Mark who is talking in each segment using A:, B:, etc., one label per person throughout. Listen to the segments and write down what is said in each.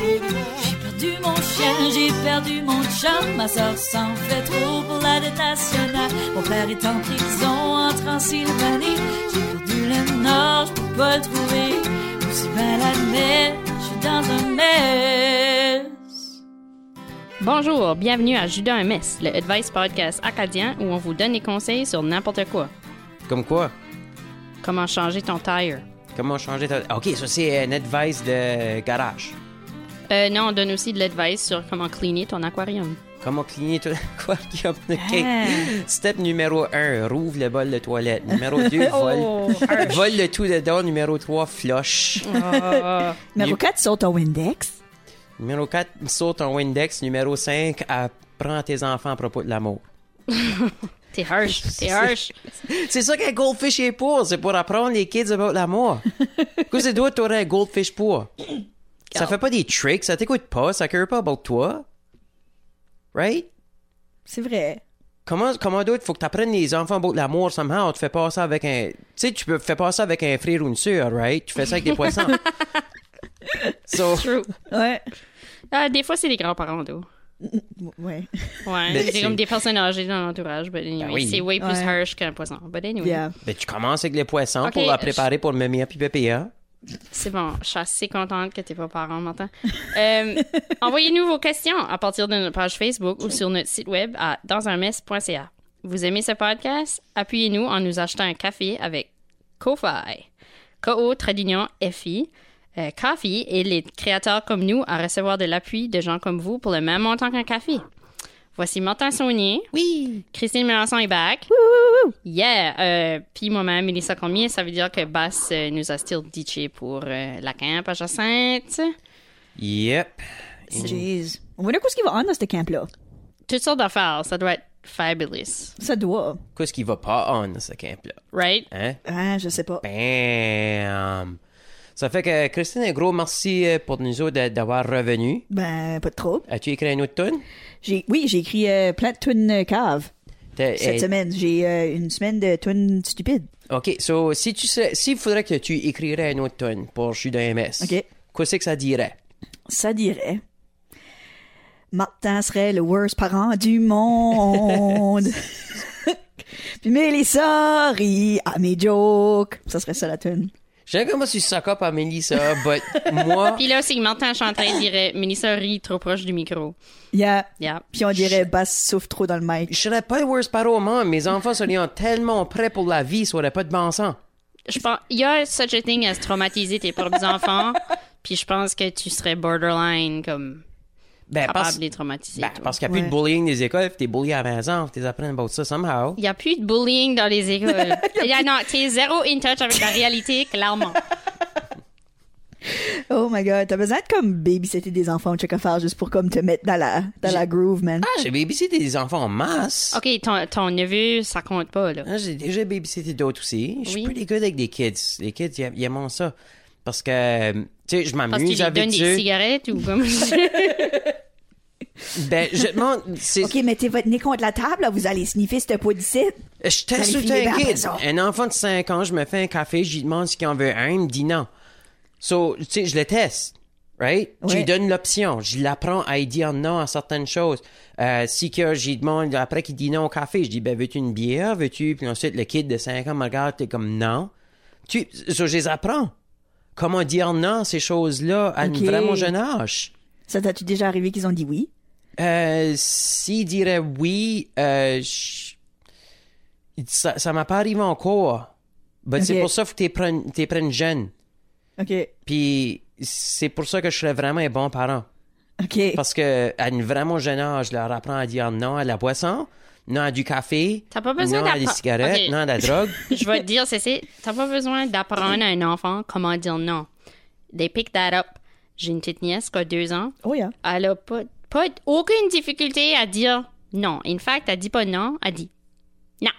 A: J'ai perdu mon chien, j'ai perdu mon chat. Ma soeur s'en fait trop pour la dette nationale. Mon père est en prison en Transylvanie. J'ai perdu le nord, je peux pas le trouver. Aussi mal à la mer, je suis dans un mess.
B: Bonjour, bienvenue à Judas un mess, le advice podcast acadien où on vous donne des conseils sur n'importe quoi.
C: Comme quoi?
B: Comment changer ton tire.
C: Comment changer ta... Ah, OK, ça, c'est un advice de garage.
B: Euh, non, on donne aussi de l'advice sur comment cleaner ton aquarium.
C: Comment cligner tout l'aquarium? OK.
B: Ah.
C: Step numéro 1, rouvre le bol de toilette. Numéro 2,
B: Oh,
C: vole. Vole le tout dedans. Numéro 3, flush.
B: Ah.
C: You-
D: Numéro 4, saute au Windex.
C: Numéro 4, saute en Windex. Numéro 5, apprends à tes enfants à propos de l'amour.
B: T'es harsh, t'es harsh.
C: C'est ça qu'un goldfish est pour. C'est pour apprendre les kids about l'amour. Qu'est-ce que toi, t'aurais un goldfish pour? ça fait pas des tricks, ça t'écoute pas, ça cure pas about toi. Right?
D: C'est vrai.
C: Comment, comment d'autre, faut que t'apprennes les enfants about l'amour somehow. Tu fais pas ça avec un. Tu sais, tu peux faire pas ça avec un frère ou une sœur, right? Tu fais ça avec des poissons. so,
B: True.
D: Ouais.
B: Ah, des fois, c'est les grands-parents, d'eau.
D: Ouais.
B: Ouais,
C: Mais
B: c'est
C: c'est-
B: comme des personnes âgées dans l'entourage, but anyway,
C: Ben oui.
B: c'est way plus
D: Ouais.
B: harsh qu'un poisson. But anyway,
D: Yeah.
C: ben, tu commences avec les poissons
B: Ok,
C: pour la
B: je-
C: préparer pour Mamia puis Pépéa.
B: c'est bon, je suis assez contente que t'es pas parent, m'entends? Euh, Envoyez-nous vos questions à partir de notre page Facebook ou sur notre site web à dansunmess.ca. Vous aimez ce podcast? Appuyez-nous en nous achetant un café avec Ko-Fi. KO Tradignon FI. Euh, Coffee et les créateurs comme nous à recevoir de l'appui de gens comme vous pour le même montant qu'un café. Voici Martin Saunier.
C: Oui!
B: Christine Melançon est back. Yeah! Euh, Puis moi-même, Mélissa Cormier, ça veut dire que Bass euh, nous a still ditché pour euh, la camp à Jacinthe.
C: Yep.
D: Jeez. On voit qu'est-ce qui va en dans ce camp-là.
B: Toutes sortes d'affaires, ça doit être fabulous.
D: Ça doit.
C: Qu'est-ce qui va pas on dans ce camp-là?
B: Right?
C: Hein?
D: Ah, je sais pas.
C: Bam! Ça fait que, Christine, un gros merci euh, pour nous autres d'a- d'avoir revenu.
D: Ben, pas de trouble.
C: As-tu écrit un autre tune?
D: J'ai, oui, j'ai écrit euh, plein de tunes euh, caves
C: T'as-
D: cette
C: euh,
D: semaine. J'ai euh, une semaine de tunes stupides.
C: OK, so, si tu sais, s'il faudrait que tu écrirais un autre tune pour Je suis dans MS,
D: OK.
C: qu'est-ce que ça dirait?
D: Ça dirait. Martin serait le worst parent du monde. Puis Mélissa rit à mes jokes. Ça serait ça la tune.
C: Je sais comment tu suck up à Mélissa, but moi,
B: Puis là, c'est que Martin Chantrain dirait euh, Mélissa rit trop proche du micro.
D: Yeah.
B: Yeah.
D: Puis on dirait basse souffle trop dans le mic.
C: je serais pas le worst paro au monde. Mes enfants seraient tellement prêts pour la vie, ça aurait pas de bon sens.
B: Je pense, il y a such a thing as traumatiser tes propres enfants. Puis je pense que tu serais borderline comme
C: Ben,
B: capable
C: parce,
B: de les traumatiser.
C: ben,
B: toi.
C: parce qu'il n'y a
D: Ouais.
C: plus de bullying des écoles, puis t'es bully à la maison, puis t'es apprends about ça somehow.
B: Il n'y a plus de bullying dans les écoles. Il y a, non, t'es zéro in touch avec la réalité, clairement.
D: Oh my god, t'as besoin de comme babysitter des enfants check à faire juste pour comme te mettre dans la, dans la groove, man.
C: Ah, j'ai babysité des enfants en masse.
B: OK, ton, ton neveu, ça compte pas, là.
C: Hein, J'ai déjà babysité d'autres aussi. Je suis
B: Oui.
C: pretty good avec des kids. Les kids, ils aiment- ils aiment ça. Parce que, tu sais,
B: Parce que
C: je
B: tu
C: m'amuse
B: lui
C: avec
B: donnes des
C: eux.
B: cigarettes ou comme...
C: Ben, je te demande, c'est-
D: Ok, mettez votre nez contre la table, là, vous allez sniffer ce pot d'ici.
C: je teste
D: Allez,
C: tout un
D: filez-le à la
C: kid.
D: maison.
C: Un enfant de 5 ans, je me fais un café, je lui demande ce qu'il en veut un, il me dit non. So, tu sais, je le teste. Right? Je lui
D: Ouais.
C: donne l'option. Je l'apprends à dire non à certaines choses. Euh, si que j'y demande, après qu'il dit non au café, je dis, ben, veux-tu une bière? Veux-tu? Puis ensuite, le kid de 5 ans me regarde, t'es comme non. Tu, so, je les apprends. Comment dire non, ces choses-là, à
D: Ok.
C: un vraiment jeune âge.
D: Ça t'a-tu déjà arrivé qu'ils ont dit oui?
C: Euh, s'il dirait oui, euh, je- ça, ça m'a pas arrivé encore. Ben, C'est
D: Ok.
C: pour ça faut que t'es prennes, t'es prennes jeune.
D: Ok,
C: Puis c'est pour ça que je serais vraiment un bon parent.
D: ok.
C: Parce que à un vraiment jeune âge, je leur apprends à dire non à la boisson, non à du café,
B: T'as pas besoin
C: non à des
B: d'appre-
C: cigarettes,
B: Ok.
C: non à la drogue.
B: Je vais te dire, c'est t'as pas besoin d'apprendre à un enfant comment dire non. They pick that up. J'ai une petite nièce qui a deux ans.
D: Oh yeah.
B: Elle a pas, pas aucune difficulté à dire non. In fact, elle dit pas non, elle dit non.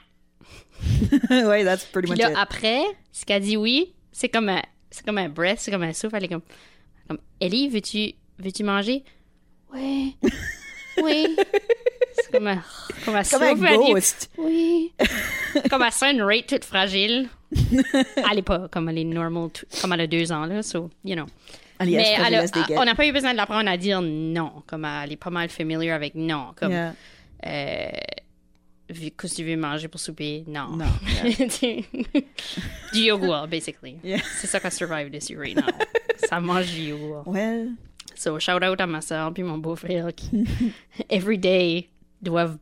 D: ouais, that's pretty
B: Puis
D: much
B: là,
D: it.
B: après, ce qu'elle dit oui, c'est comme un, c'est comme un breath, c'est comme un souffle. Elle est comme, comme Ellie, veux-tu, veux-tu manger? Ouais. Oui. C'est comme un, comme un
D: Comme un
B: souffle, elle dit,
D: ghost.
B: Oui. comme elle sonne rate toute fragile. elle est pas comme elle est normal, t- comme elle a deux ans, là, so, you know.
D: Alias,
B: Mais elle a-
D: Fabulas des
B: on n'a pas eu besoin de l'apprendre à dire non, comme elle est pas mal familière avec non, comme
D: Yeah.
B: euh, vu- qu'est-ce que tu veux manger pour souper, non.
D: Non,
B: Du- du yogourt, basically.
D: Yeah.
B: C'est ça qu'elle survive dessus right now. ça mange du yogourt.
D: Well,
B: So shout out à ma soeur puis mon beau-frère qui every day doivent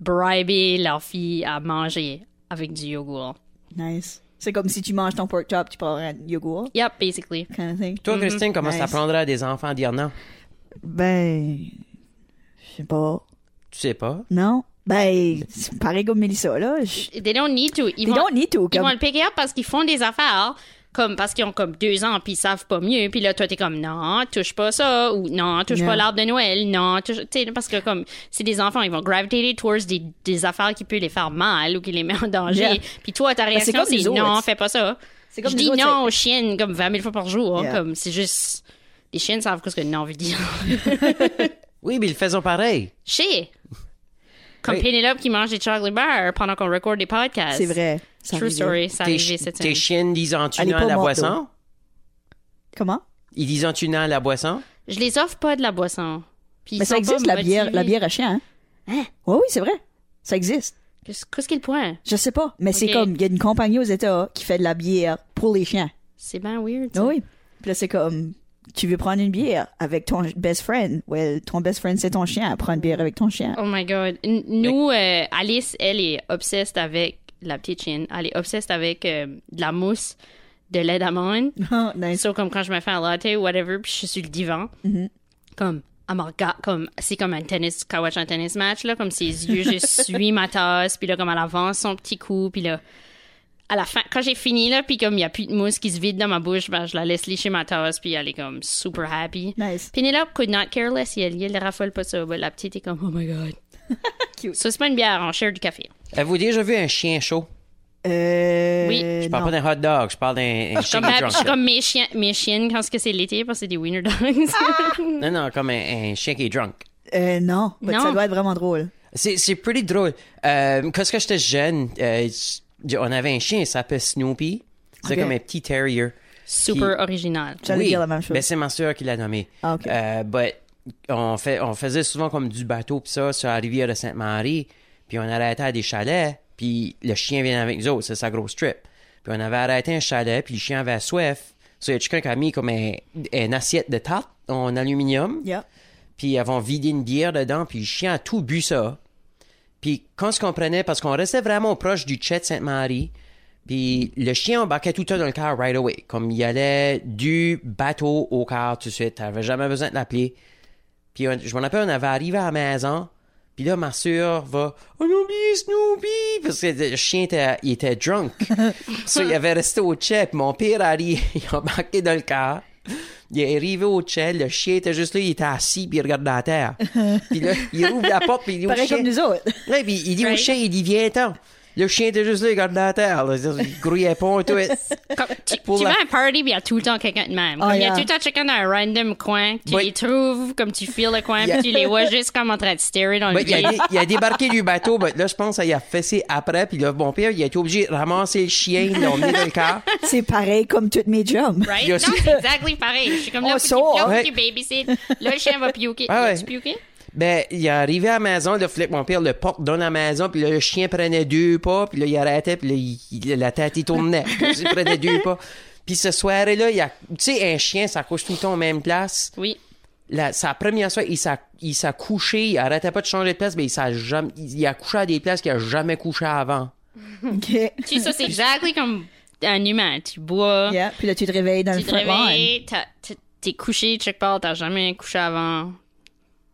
B: briber leur fille à manger avec du yogourt.
D: nice. C'est comme si tu manges ton pork chop, tu prends un yogourt,
B: Yep, basically.
D: kind of thing.
B: Mhm.
C: Toi, Christine, comment ça
D: Nice.
C: prendrait à des enfants à dire non?
D: Ben, je sais pas.
C: Tu sais pas?
D: Non? Ben, c'est pareil comme Mélissa, là. Je...
B: They don't need to. Ils
D: They
B: vont,
D: don't need to,
B: Ils
D: comme-
B: vont le pick up parce qu'ils font des affaires. Comme parce qu'ils ont comme deux ans puis ils savent pas mieux puis là toi t'es comme non touche pas ça ou non touche
D: Yeah.
B: pas l'arbre de Noël non touche tu sais parce que comme c'est des enfants ils vont gravitater towards des, des affaires qui peuvent les faire mal ou qui les mettent en danger
D: Yeah. Ben,
B: puis toi ta
D: c'est
B: réaction
D: comme
B: c'est
D: nous
B: non
D: autres.
B: fais pas ça
D: C'est comme
B: je
D: nous
B: dis
D: autres,
B: non aux chiennes comme 20 000 fois par jour
D: Yeah.
B: comme c'est juste les chiennes savent ce que non veut dire
C: Oui, mais ils le faisons pareil.
B: Chier. Comme
C: Hey.
B: Penelope qui mange des chocolate bars pendant qu'on record des podcasts.
D: C'est vrai. ça
B: True
D: arrivait.
B: story, ça
C: Tes,
B: arrivé
C: chi-
B: cette
C: tes
B: semaine.
C: chiennes disent-tu
D: Elle est
C: non
D: pas
C: à la
D: morte, hein.
C: boisson?
D: Comment?
C: Ils disent-tu non à la boisson?
B: Je les offre pas de la boisson. Puis ils
D: Mais ça
B: sont
D: existe,
B: pas
D: la bière,
B: motivés.
D: la bière à chien, hein?
B: Hein?
D: Oui, oui, c'est vrai. Ça existe.
B: Qu'est-ce qu'est-ce qu'est le point?
D: Je sais pas. Mais
B: Ok.
D: c'est comme, il y a une compagnie aux États qui fait de la bière pour les chiens.
B: C'est bien weird. ça.
D: Oui. Puis là, c'est comme, tu veux prendre une bière avec ton best friend. Well, ton best friend, c'est ton chien. Prends une bière avec ton chien.
B: Oh my god. N- Nous, euh, Alice, elle est obsessed avec la petite chienne. Elle est obsessed avec euh, de la mousse, de lait d'amande.
D: Ah, nice.
B: So, comme quand je me fais un latte ou whatever, puis je suis sur le divan,
D: Mm-hmm.
B: comme, elle me regarde, comme, c'est comme un tennis, quand je watch un tennis match, là, comme ses yeux, je suis ma tasse, puis là, comme elle avance son petit coup, puis là, à la fin, quand j'ai fini, là, puis comme il n'y a plus de mousse qui se vide dans ma bouche, ben, je la laisse lécher ma tasse, puis elle est comme super happy.
D: Nice.
B: Penelope could not care less, elle, elle raffole pas ça, but la petite est comme, oh my god.
D: Cute.
B: Ça, c'est pas une bière, on share du café.
C: Avez-vous déjà vu un chien chaud?
D: Euh,
B: Oui.
C: Je parle pas d'un hot dog, je parle d'un
B: Je
C: un
B: suis
C: shaky
B: comme, ma-
C: drunk.
B: je suis comme mes, chiens, mes chiennes quand c'est l'été, parce que c'est des wiener dogs.
D: Ah!
C: Non, non, comme un, un chien qui est drunk.
D: Euh, non. But
B: Non.
D: Ça doit être vraiment drôle.
C: C'est, c'est pretty drôle. Euh, quand que j'étais jeune, euh, j- on avait un chien, il s'appelait Snoopy. C'est
D: Ok.
C: comme un petit terrier.
B: Super original.
D: J'allais dire la même chose.
C: Ben, c'est ma soeur qui l'a nommé.
D: Ah, ok.
C: Euh, but on, fait, on faisait souvent comme du bateau pis ça sur la rivière de Sainte-Marie. Puis on arrêtait à des chalets. Puis le chien vient avec nous autres. C'est sa grosse trip. Puis on avait arrêté un chalet. Puis le chien avait soif. So, il y a quelqu'un qui a mis comme un, une assiette de tarte en aluminium.
D: Yeah.
C: Puis ils avaient vidé une bière dedans. Puis le chien a tout bu ça. Puis quand on se comprenait, parce qu'on restait vraiment proche du Tchèque Sainte-Marie, puis le chien embarquait tout le temps dans le car right away. Comme il allait du bateau au car tout de suite. T'avais jamais besoin de l'appeler. Puis on- je m'en rappelle, on avait arrivé à la maison. Puis là, ma soeur va « On a oublié Snoopy! » Parce que le chien était, il était drunk. so, il avait resté au tchèque. Mon père arrive, il a embarqué dans le car. Il est arrivé au tchèque. Le chien était juste là. Il était assis puis il regardait la terre. Puis là, il ouvre la porte puis il dit au
D: Pareil
C: chien-
D: comme nous autres.
C: Là, puis il dit au
B: Right.
C: chien, il dit viens-t'en. Le chien était juste là, il garde la terre. là. Il grouillait pas et tout.
B: Comme, tu
C: Pour
B: tu
C: la-
B: vas à un party, puis il y a tout le temps quelqu'un de même.
D: Ah,
B: Comme, Il y a
D: yeah.
B: tout le temps quelqu'un dans un random coin. Tu
C: Oui.
B: les trouves, comme tu files le coin,
C: Yeah.
B: puis tu les vois juste comme en train de starer dans le
C: Ben, il,
B: vide.
C: a, dé- il a débarqué du bateau, ben, là, je pense qu'il a fessé après, puis là, mon père, il a été obligé de ramasser le chien, ils l'ont mis dans le car.
D: C'est pareil comme toutes mes jobs.
B: Right?
C: il y a
B: Non,
C: aussi-
B: c'est exactement pareil. Je suis comme
D: On
B: là, faut que tu-
D: sort.
B: là, faut
C: Ouais.
B: que tu babysit. Là, le chien va puker.
C: Ah, ouais.
B: Tu puker?
C: Ben, il est arrivé à la maison, le flic, mon père le porte dans la maison, puis là, le chien prenait deux pas, puis là, il arrêtait, puis là, il- il- la tête, il tournait. il prenait deux pas. Puis ce soir-là, il a, tu sais, un chien, ça couche tout le temps en même place.
B: Oui.
C: la, sa première soirée, il s'est il s'est couché, il arrêtait pas de changer de place, mais il, s'est jamais, il, il a couché à des places qu'il a jamais couché avant.
D: OK.
B: Tu sais, ça, c'est exactement comme un humain. Tu bois,
D: Yeah. Puis là, tu te réveilles dans
B: tu
D: le
B: te
D: front line
B: réveilles, t'as- t'es- t'es couché, check part, t'as jamais couché avant.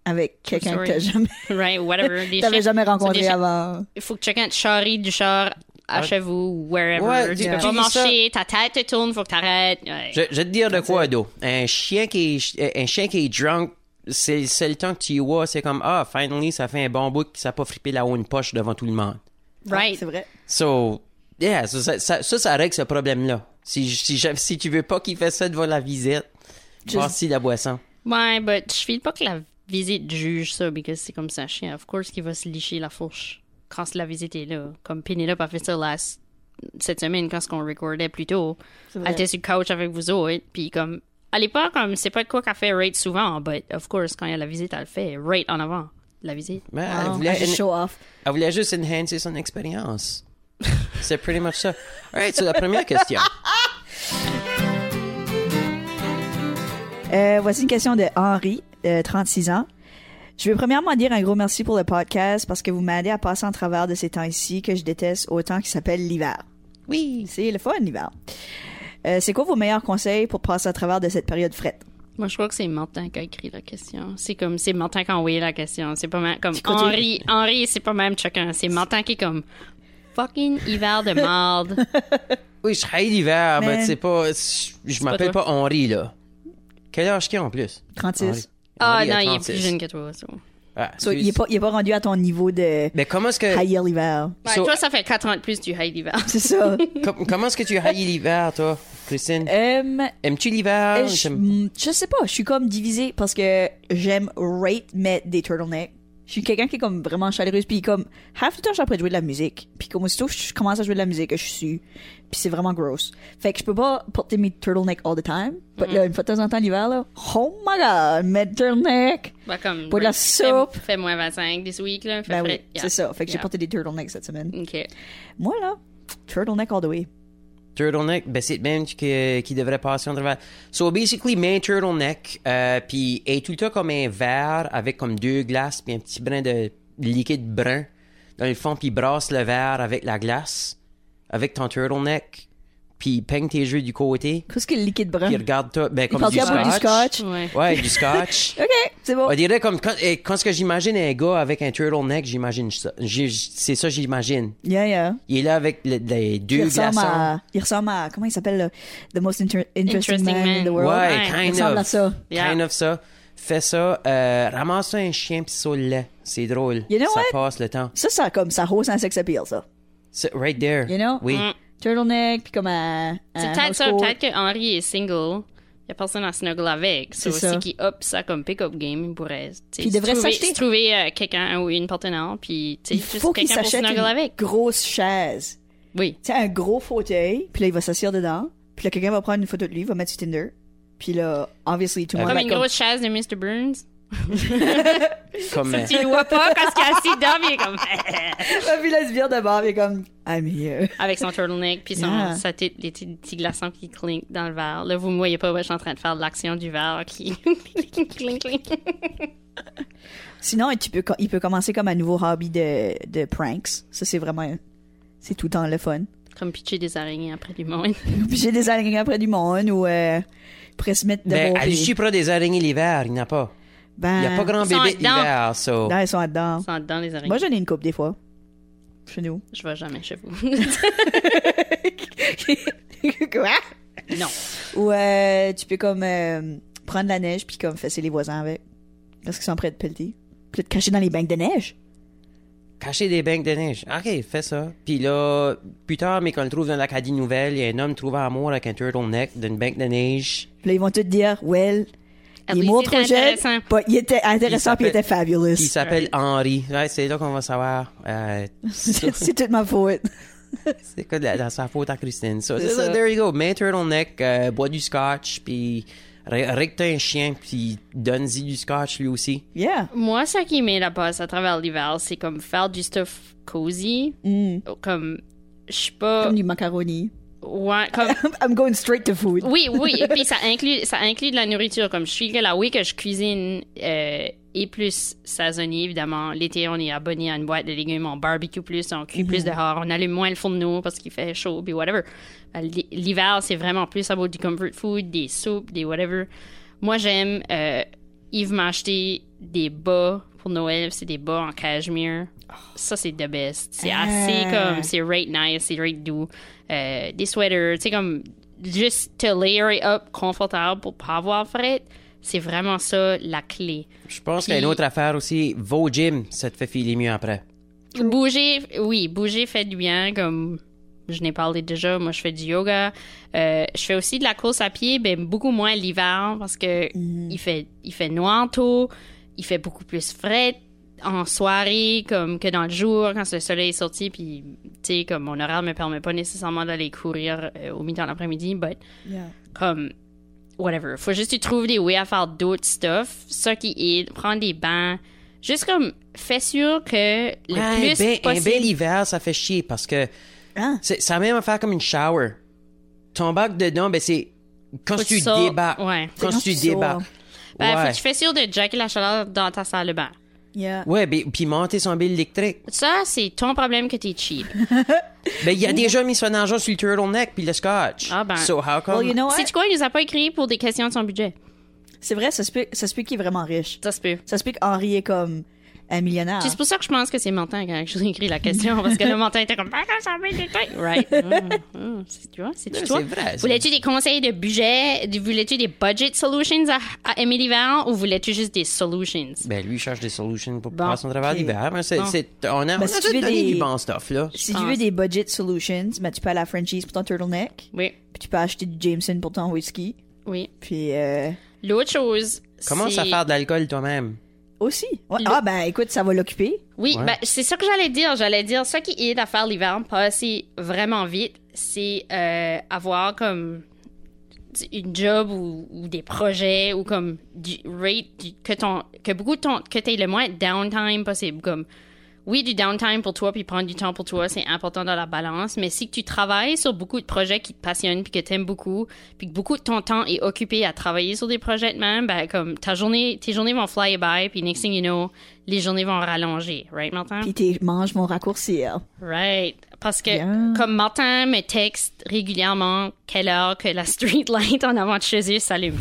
D: avec quelqu'un que
B: story.
D: t'as jamais,
B: Right, whatever. Les
D: t'avais
B: chiens-
D: jamais
B: des
D: rencontré
B: chiens-
D: avant.
B: il faut que chacun te charrie du char à chez vous, wherever.
C: Ouais,
B: tu
C: tu-
B: peux
C: tu
B: pas
C: dis
B: marcher, ta tête te tourne, faut que t'arrêtes. Ouais.
C: Je, je vais te dire de quoi, Do. Un chien qui est, un chien qui est drunk, c'est, c'est le temps que tu y vois, c'est comme, ah, finally, ça fait un bon bout que ça a pas frippé là-haut une poche devant tout le monde.
B: Right.
D: C'est vrai.
C: So, yeah, ça, ça, ça, ça, ça règle ce problème-là. Si, si, si, si tu veux pas qu'il fasse ça devant la visite,
D: Juste-
C: voici la boisson.
B: Ouais, but je file pas que la visite juge ça, parce que c'est comme ça, chien. Of course qu'il va se licher la fourche quand la visite est là. Comme Penelope a fait ça last cette semaine, quand ce qu'on recordait plus tôt,
D: C'est vrai.
B: elle était sur le couch avec vous autres, puis comme, elle est pas comme, c'est pas de quoi qu'elle fait rate souvent, but of course, quand il y a la visite, elle le fait rate en avant, la visite.
C: Mais Ben, elle,
D: Ah,
C: voulait
D: I just show off.
C: elle voulait juste enhancer son expérience. c'est pretty much ça. All right, c'est la première question.
D: Euh, voici une question de Henri, euh, 36 ans. Je veux premièrement dire un gros merci pour le podcast parce que vous m'aidez à passer en travers de ces temps ici que je déteste autant qui s'appelle l'hiver. Oui. C'est le fun, l'hiver. Euh, c'est quoi vos meilleurs conseils pour passer à travers de cette période frette?
B: Moi, je crois que c'est Martin qui a écrit la question. C'est comme, c'est Martin qui a envoyé la question. C'est pas même, comme,
D: C'est quoi, tu-
B: Henri, Henri, c'est pas même chacun. C'est Martin qui est comme, fucking hiver de marde.
C: Oui, je haïs l'hiver,
D: Mais-
C: mais c'est pas. Je je
B: pas
C: m'appelle
B: toi.
C: pas Henri, là. Quel âge qu'il a en plus?
D: 36.
C: Henri.
B: Ah,
C: Henri
B: non,
C: a
B: il est
C: 36.
B: plus jeune que toi, ça.
C: Ah,
D: So, il, est pas, il est pas rendu à ton niveau de
C: Mais comment est-ce que.
D: haïr l'hiver.
B: Ouais,
C: So-
B: toi, ça fait 4 ans de plus du high d'hiver.
D: C'est ça.
C: com- comment est-ce que tu haïs l'hiver, toi, Christine?
D: Euh,
C: Aimes-tu
B: Ah,
C: l'hiver?
D: je,
C: J'aime-
D: mm, je sais pas, je suis comme divisée parce que j'aime rate mettre des turtlenecks. Je suis quelqu'un qui est comme vraiment chaleureuse, puis comme half the time, je suis après de jouer de la musique. Puis comme aussitôt que je commence à jouer de la musique, je suis Puis c'est vraiment gross. Fait que je peux pas porter mes turtlenecks all the time. Mais là, une fois de temps en temps l'hiver, là, oh my god, mes turtlenecks!
B: Bah, comme,
D: Pour de la
B: fait-
D: soupe.
B: Fait, moins 25 this week, là. Fait
D: Ben oui,
B: frais. Yeah.
D: c'est ça. Fait que j'ai
B: Yeah.
D: porté des turtlenecks cette semaine.
B: OK.
D: Moi, là, turtleneck all the way.
C: Turtleneck, ben c'est le même que, qui devrait passer en travers. So basically, main turtleneck, euh, puis est tout le temps comme un verre avec comme deux glaces, puis un petit brin de liquide brun dans le fond, puis brasse le verre avec la glace, avec ton turtleneck, puis peigne tes jeux du côté,
D: Qu'est-ce que le liquide brun?
C: puis regarde-toi, ben comme
D: parle
C: du
D: pas
C: scotch.
D: pour du scotch?
B: Ouais.
C: Ouais, du scotch.
D: Ok, c'est bon.
C: On dirait comme quand, eh, quand ce que j'imagine un gars avec un turtleneck, j'imagine ça. J'ai- C'est ça que j'imagine.
D: Yeah, yeah.
C: Il est là avec le- les
D: il
C: deux
D: ressemble
C: glaçons.
D: à, il ressemble à comment il s'appelle là? The Most Inter- interesting,
B: Interesting
D: Man, in
B: Man.
D: the World.
C: Ouais,
B: Ouais.
C: kind
D: Il ressemble
C: of.
D: à ça.
B: Yeah.
C: Kind of ça. Fais ça, euh, ramasse un chien pis saoule-le. C'est drôle.
D: You know
C: ça
D: what?
C: passe le temps.
D: Ça, ça comme ça hausse un sex appeal, ça.
C: C'est right there.
D: You know?
C: Oui.
B: Mm.
D: Turtleneck puis comme un.
B: C'est
D: un
B: peut-être ça.
D: housecoat.
B: Peut-être que Henri est single. Il y a personne à snuggle avec.
D: C'est
B: C'est
D: ça.
B: aussi qui up ça comme pick-up game. Il pourrait. tu sais,
D: Puis il
B: se
D: devrait
B: trouver-
D: s'acheter.
B: se trouver euh, quelqu'un ou une partenaire. Puis tu sais,
D: Il
B: juste
D: faut qu'il
B: quelqu'un pour
D: s'achète
B: snuggle
D: une
B: avec.
D: grosse chaise.
B: Oui.
D: Tu sais, un gros fauteuil, puis là, il va s'asseoir dedans, puis là, quelqu'un va prendre une photo de lui, il va mettre sur Tinder, puis là, obviously, tout le monde
B: Comme
D: va
B: une
D: comme-
B: grosse chaise de Mr. Burns.
C: Comme, euh,
B: Tu le vois pas quand il est assis dedans, mais il est comme.
D: Puis là, il se vire de bord, puis il est comme, ah, mais. euh,
B: avec son turtleneck, puis son,
D: Yeah.
B: sa tête, les petits- petits glaçons qui clinquent dans le verre. Là, vous me voyez pas, moi, je suis en train de faire de l'action du verre qui clink, clink.
D: Sinon, tu peux, co- il peut commencer comme un nouveau hobby de, de pranks. Ça, c'est vraiment. C'est tout le temps le fun.
B: Comme pitcher des araignées après du monde.
D: Puis j'ai des araignées après du monde ou euh, pourrait se mettre de
C: ben,
D: bon
C: allez,
D: pied.
C: je suis près des araignées l'hiver. Il n'y en a pas. Il
D: Ben,
C: n'y a pas grand
B: Ils sont
C: bébé
B: dedans.
C: l'hiver, so.
D: Non, ils sont dedans.
B: Sans dedans les araignées.
D: Moi, j'en ai une coupe des fois. Chez nous.
B: je vais jamais chez vous.
D: Quoi?
B: non.
D: Ou euh, tu peux comme euh, prendre la neige puis comme fesser les voisins avec. Parce qu'ils sont prêts de pelleter. Puis te cacher dans les bancs de neige.
C: Cacher des banques de neige. OK, fais ça. Puis là, plus tard, mais quand on le trouve dans l'Acadie Nouvelle, il y a un homme trouvé amour avec un turtleneck d'une banque de neige.
D: Puis là, ils vont tous dire, well,
C: Ah
B: At
D: il est
B: least
D: mort
B: il
D: trop
B: était
D: jeune.
B: Ah intéressant.
D: but Il était intéressant
C: Il
D: puis il était
C: Il
D: fabulous.
C: s'appelle Henri. Ouais, c'est là qu'on va savoir. euh,
D: C'est c'est toute ma faute.
C: C'est quoi la, la- sa faute à Christine? So,
D: C'est
C: c'est ça,
D: ça.
C: There you go. Mets un turtleneck, euh, bois du scotch, puis ré- recte un chien, puis donne-y du scotch lui aussi.
D: Yeah.
B: Moi, ce qui met la passe à travers l'hiver, c'est comme faire du stuff cozy.
C: Oh.
D: Mm.
B: Comme, je suis pas.
D: Comme du macaroni.
B: Ouais, comme.
D: I'm going straight to food.
C: Oh.
B: Oui, oui, et puis ça inclut, ça inclut de la nourriture. Comme je suis que la oui que je cuisine euh, et plus saisonnier, évidemment. L'été, on est abonné à une boîte de légumes, on barbecue plus, on cuit plus dehors, on allume moins le fourneau parce qu'il fait chaud, puis whatever. Euh, l'hi- L'hiver, c'est vraiment plus à bout du comfort food, des soupes, des whatever. Moi, j'aime. Euh, Yves m'a acheté des bas pour Noël, c'est des bas en cachemire. Ça, c'est the best. C'est
D: Ah.
B: assez comme. C'est right nice, c'est right doux. Euh, des sweaters, tu sais, comme. Juste to layer it up confortable pour pas avoir fret. C'est vraiment ça la clé.
C: Je
B: Puis-
C: pense qu'il y a une autre affaire aussi. Va au gym, ça te fait filer mieux après.
B: Bouger, oui, bouger fait du bien, comme je n'ai parlé déjà. Moi, je fais du yoga. Euh, je fais aussi de la course à pied, mais beaucoup moins l'hiver parce que il, fait, il fait noir tôt, il fait beaucoup plus frais. en soirée comme que dans le jour quand le soleil est sorti puis tu sais comme mon horaire me permet pas nécessairement d'aller courir euh, au milieu de l'après-midi but
D: Yeah.
B: comme whatever faut juste que tu trouves des ways à faire d'autres stuff ça qui est prendre des bains juste comme fais sûr que le
C: Ouais, ben, un
B: plus
C: bain- un
B: possible
C: bel hiver, ça fait chier parce que
D: Ah.
C: c'est ça a même affaire comme une shower. Ton bac dedans, ben c'est quand
B: Faut que
C: tu
B: tu sors-
C: débarques.
B: ouais.
C: Quand,
D: Quand
C: tu
D: tu sors.
C: débarques.
B: Ben, faut
C: ouais.
B: que tu fais sûr de jacker la chaleur dans ta salle de bain
D: Yeah.
C: Ouais, ben, puis monter son bill électrique.
B: ça c'est ton problème que t'es cheap
C: Ben, il a déjà mis son argent sur le turtleneck puis le scotch.
B: Ah ben.
C: So how come?
D: Well, you know what?
B: si tu quoi il nous a pas écrit pour des questions de son budget
D: C'est vrai, ça se peut, ça se peut qu'il est vraiment riche.
B: ça se peut
D: Ça se peut qu'Henri est comme un millionnaire.
B: C'est pour ça que je pense que c'est Martin qui a actually écrit la question, parce que le Martin était comme, ah, ça va être détail. Right. Mm, mm. C'est- tu vois, c'est
C: Non,
B: toi.
C: Ben, c'est vrai, ça.
B: Voulais-tu des conseils de budget? Du- Voulais-tu des budget solutions à, à Emily Varon ou voulais-tu juste des solutions?
C: Ben, lui, il cherche des solutions pour
B: Bon,
C: passer son travail
D: ok.
C: d'hiver. Ben, c'est,
B: Bon.
C: c'est, on a, on a
D: si tu
C: tout
D: veux
C: donné
D: des-
C: du bon stuff, là.
D: Si
B: Je
D: tu veux
B: pense.
D: des budget solutions, ben, tu peux aller à Frenchies pour ton turtleneck,
B: Oui.
D: puis tu peux acheter du Jameson pour ton whisky,
B: Oui.
D: puis euh,
B: L'autre chose.
C: Commence
B: c'est-
C: à faire de l'alcool toi-même.
D: aussi. Ouais.
B: Le-
D: Ah ben écoute, ça va l'occuper.
B: Oui,
C: Ouais.
B: ben, c'est ça que j'allais dire. J'allais dire, ça qui aide à faire l'hiver passer vraiment vite, c'est euh, avoir comme une job ou, ou des projets ou comme du rate du- que ton que beaucoup de ton que t'aies le moins de downtime possible comme oui du downtime pour toi puis prendre du temps pour toi c'est important dans la balance mais si tu travailles sur beaucoup de projets qui te passionnent puis que t'aimes beaucoup puis que beaucoup de ton temps est occupé à travailler sur des projets de même ben comme ta journée tes journées vont fly by puis next thing you know les journées vont rallonger right Martin
D: Puis tes manges vont raccourcir.
B: Right. Parce que,
D: Bien.
B: comme Martin me texte régulièrement quelle heure que la street light en avant de chez eux s'allume.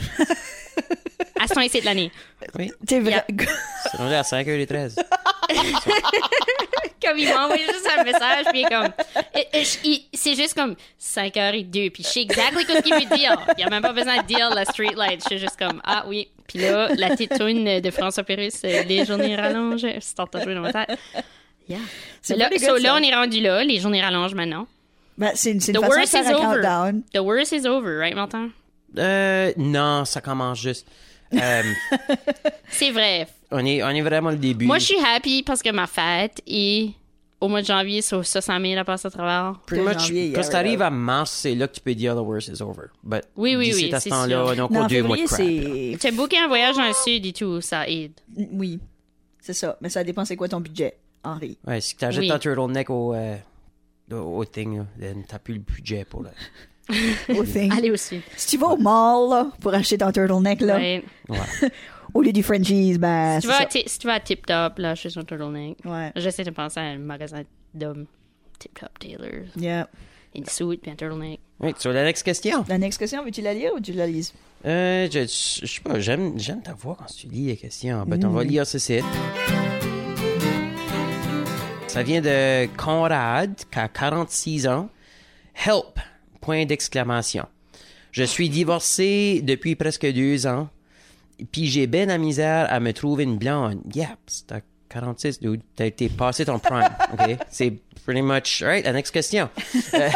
B: à ce temps de l'année.
C: Oui.
D: T'es vrai.
C: C'est rendu à 5h13.
B: Comme il m'a envoyé juste un message, puis il est comme. et- et je- il- C'est juste comme 5h02, puis je sais exactement ce qu'il veut dire. Il n'y a même pas besoin de dire la street light. Je suis juste comme, ah oui. Puis là, la titoune de François Pérus, euh, les journées rallongent. C'est en train de jouer dans ma tête. Yeah.
D: C'est
B: Là,
D: pretty
B: so
D: good,
B: là,
D: ça.
B: on est rendu là, les journées rallongent maintenant.
D: Ben, c'est une, c'est une
B: The
D: façon de
B: worst is
D: faire un
B: over.
D: countdown.
B: The worst is over, right, Martin?
C: Euh, non, ça commence juste. Euh,
B: C'est vrai.
C: on, est, on est vraiment le début.
B: Moi, je suis happy parce que ma fête est au mois de janvier, sur ça, ça m'aide à passer à travers.
C: Pretty
D: de
C: much,
D: janvier, euh, yeah,
C: quand t'arrives à mars, c'est là que tu peux dire the worst is over. But
B: Oui, oui,
C: d'ici
B: oui,
C: à ce
B: c'est
C: temps-là,
B: sûr.
C: on a
D: Non,
C: encore
D: en
C: deux mois de
D: février,
C: crap.
D: c'est...
B: J'ai booké un voyage en sud et tout, ça aide.
D: Oui, c'est ça. Mais ça dépend c'est quoi ton budget, Henri.
C: Ouais, si t'achètes
B: Oui.
C: ton turtleneck au, euh, au, au thing, là, then t'as plus le budget pour le.
D: Au thing.
B: Allez au sud.
D: Si tu vas au mall là, pour acheter ton turtleneck là,
B: Ouais.
D: au lieu du Frenchies, ben
B: Si tu
D: c'est
B: vas à
D: ça.
B: Ti- si tu vas à Tip Top, là, chez un turtleneck,
D: Ouais.
B: j'essaie de penser à un magasin d'hommes. Tip Top Taylor.
D: Yeah.
B: Une suit puis un turtleneck.
C: Oui, sur la next question.
D: La next question, veux-tu la lire ou tu la lises?
C: Euh, je, je sais pas, j'aime, j'aime ta voix quand tu lis les questions. But on va lire ceci. Ça vient de Conrad, qui a 46 ans. Help! Point d'exclamation. Je suis divorcé depuis presque deux ans. Puis j'ai ben la misère à me trouver une blonde. Yep, c'est à 46, dude. T'as été passé ton prime, OK? C'est pretty much... All right, la next question. Euh,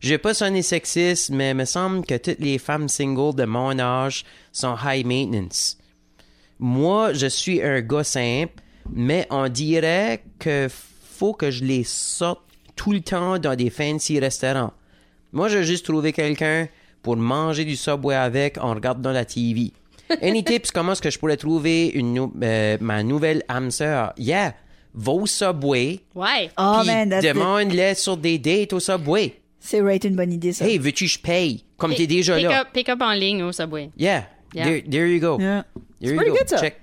C: je vais pas sonner sexiste, mais me semble que toutes les femmes singles de mon âge sont high maintenance. Moi, je suis un gars simple, mais on dirait que faut que je les sorte tout le temps dans des fancy restaurants. Moi, j'ai juste trouvé quelqu'un pour manger du Subway avec en regardant la TV. Any tips comment est-ce que je pourrais trouver une nou- euh, ma nouvelle âme sœur? Yeah, va au Subway,
B: Ouais.
D: Oh
C: puis
D: man, that's the-
C: demande-les sur des dates au Subway.
D: c'est right une bonne idée ça.
C: Hey, veux-tu que je paye? Comme t'es déjà
B: pick
C: là.
B: Up, pick up en ligne au subway.
C: Yeah.
B: Yeah.
C: There, there you go.
D: Yeah.
C: There
D: pretty
C: you go.
D: good, ça.
C: Check.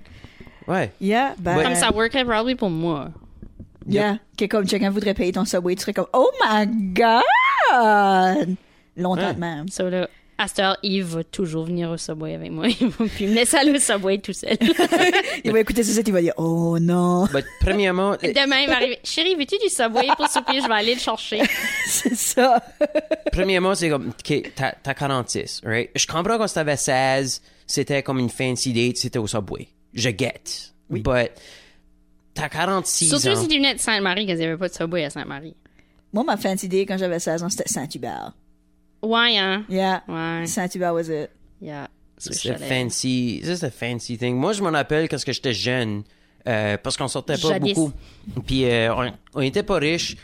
C: Ouais.
D: Yeah, ben,
C: Ouais.
B: Comme ça workerait probablement pour moi.
D: Yeah. Que comme quelqu'un voudrait payer ton subway, tu serais comme Oh my god! Longtemps
C: Ouais.
D: de même.
B: So là, à cette heure, Yves va toujours venir au subway avec moi. Il va puis me laisser aller au subway tout seul.
D: Il va écouter ça, il va dire Oh non!
C: But premièrement, euh,
B: Demain, il va arriver. Chérie, veux-tu du subway pour souper? Je vais aller le chercher.
D: c'est ça!
C: premièrement c'est comme, OK, t'as t'as 46, right? Je comprends quand t'avais 16, c'était comme une fancy date, c'était au Subway. Je get. But t'as 46
B: Surtout
C: ans.
B: si tu venais de Sainte-Marie, qu'ils n'avaient pas de subway à Sainte-Marie.
D: Moi, ma fancy idée quand j'avais 16 ans, c'était Saint-Hubert.
B: Ouais, hein?
D: Yeah.
B: Ouais.
D: Saint-Hubert was it.
B: Yeah.
C: C'est fancy. Ça, c'est fancy thing. Moi, je m'en rappelle quand j'étais jeune. euh, parce qu'on sortait pas
B: Jadis.
C: beaucoup. Puis euh, on, on était pas riches.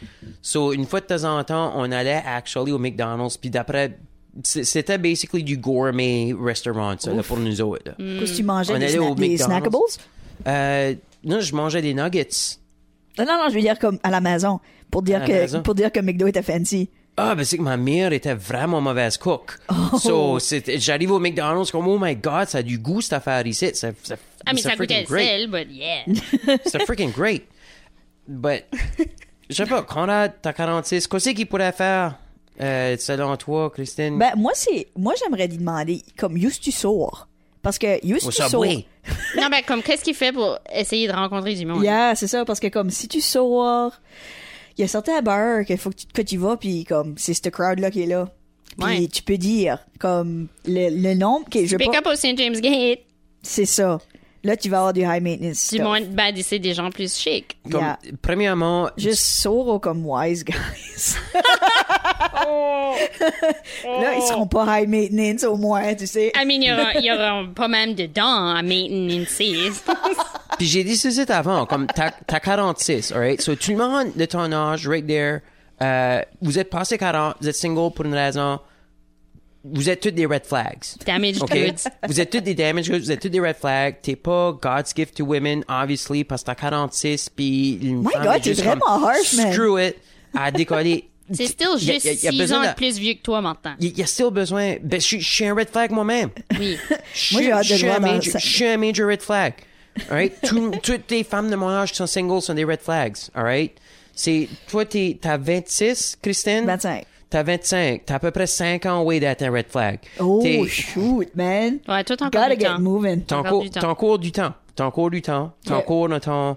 C: So, une fois de temps en temps, on allait actually au McDonald's. Puis d'après, c- c'était basically du gourmet restaurant, ça, là, pour nous autres. là.
B: Mm.
D: Qu'est-ce que tu mangeais?
C: On
D: des,
C: allait
D: sna-
C: au
D: des
C: McDonald's.
D: snackables?
C: Euh, là, je mangeais des nuggets.
D: Non, non, non, je veux dire comme à la maison. Pour dire,
C: À la
D: que,
C: maison.
D: pour dire que McDo était fancy.
C: Ah, ben c'est que ma mère était vraiment mauvaise cook.
B: Oh.
C: So, c'était- j'arrive au McDonald's comme, oh my god, ça a du goût cette affaire ici. Ça, ça,
B: I mean,
C: c'est
B: Ah, ça goûtait
C: freaking
B: le
C: great.
B: sel, but yeah.
C: C'est freaking great. But, je sais pas, Conrad, t'as 46, qu'est-ce qu'il pourrait faire euh, selon toi,
B: Mm.
C: Christine?
D: Ben, moi, c'est, moi, j'aimerais lui demander, comme, Yous tu sors? Parce que Yous
C: au
D: tu sors.
C: Subway.
B: non, ben, comme, qu'est-ce qu'il fait pour essayer de rencontrer du monde?
D: Yeah, c'est ça, parce que comme si tu sors, il y a certains bars qu'il faut que tu, que tu vas, puis comme c'est ce crowd-là qui est là. Puis
B: Ouais.
D: tu peux dire, comme le, le nombre, que je veux
B: Pick
D: pas,
B: up au St. James Gate.
D: c'est ça. Là, tu vas avoir du high maintenance.
B: Du
D: stuff.
B: monde, ben, c'est des gens plus chic.
C: Comme,
D: Yeah.
C: Premièrement,
D: Juste soro comme wise guys.
B: Oh.
D: Là, ils seront pas high maintenance au moins, tu sais.
B: I mean, il y aura- il y aura pas même de dents à maintenance.
C: Puis j'ai dit ceci avant, comme t'as t'as 46, alright? So tu demandes de ton âge, right there. Euh, vous êtes passé 40, vous êtes single pour une raison. Vous êtes toutes des red flags.
B: Damaged
C: OK?
B: goods.
C: vous êtes toutes des damage goods, vous êtes toutes des red flags. T'es pas God's gift to women, obviously, parce que t'as 46, puis une
D: My
C: femme
D: God,
C: est
D: t'es
C: juste
D: vraiment
C: comme,
D: harsh, man.
C: Screw it, à décoller.
B: C'est still
C: Y a-
B: juste
C: y a- y a
B: 6
C: besoin
B: ans de
C: de-
B: plus vieux que toi maintenant.
C: Il y, a still besoin... Ben, je suis- je suis un red flag moi-même.
B: Oui.
C: Je
D: Moi, j'ai
C: suis-
D: hâte de
C: je suis
D: le voir
C: un
D: dans
C: major-
D: le-
C: Je suis un major red flag. All right? Tout- toutes les femmes de mon âge qui sont singles sont des red flags. All right? C'est, toi, t'es- t'as 26, Christine?
D: 25.
C: T'as 25. T'as à peu près 5 ans away d'être un red flag.
D: Oh,
C: T'es-
D: shoot, man.
B: Ouais, toi, t'as encore
D: Gotta
B: du
D: get
B: temps.
D: moving.
C: T'es en
B: encore
C: cours
B: du temps.
C: t'es en cours du temps. T'es en cours du temps. T'es en
D: Ok.
C: cours dans ton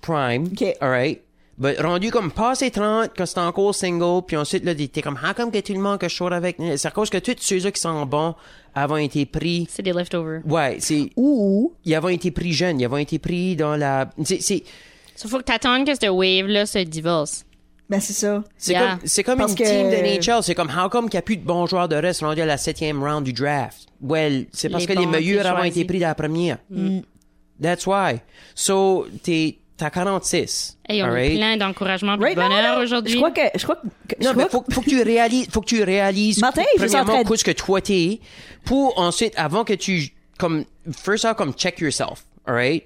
C: prime.
D: Ok.
C: All right? But rendu comme passé 30, quand c'est encore single, puis ensuite, là, t'es t'es comme, ah, comme que tout le monde que je sors avec, c'est à cause que tous ceux-là qui sont bons avant été pris.
B: C'est des leftovers.
C: Ouais, c'est,
D: Ou,
C: ils avaient été pris jeunes, ils avaient été pris dans la. C'est, c'est,
B: Il faut que t'attendes que ce wave-là se divorce.
D: ben c'est ça.
C: c'est
B: Yeah.
C: comme, c'est comme
D: Parce
C: une
D: que-
C: team de NHL. C'est comme, how come qu'il n'y a plus de bons joueurs de reste rendus à la septième round du draft? Well, c'est parce
B: Les
C: que les
B: bons Mm. ont été
C: meilleurs avaient
B: choisis.
C: été pris dans la première. That's why. So, t'es, t'as 46.
B: Hey, on
C: alright?
B: est plein d'encouragement et
D: Right
B: de
D: now,
B: bonheur
D: là,
B: aujourd'hui.
D: Je crois que, je crois que, que- je
C: Non, mais
D: crois
C: faut, faut que tu réalises, faut que tu réalises
D: Martin,
C: que-
D: il est juste en train
C: premièrement
D: de-
C: qu'est-ce que toi t'es, pour ensuite avant que tu comme first off comme check yourself, alright?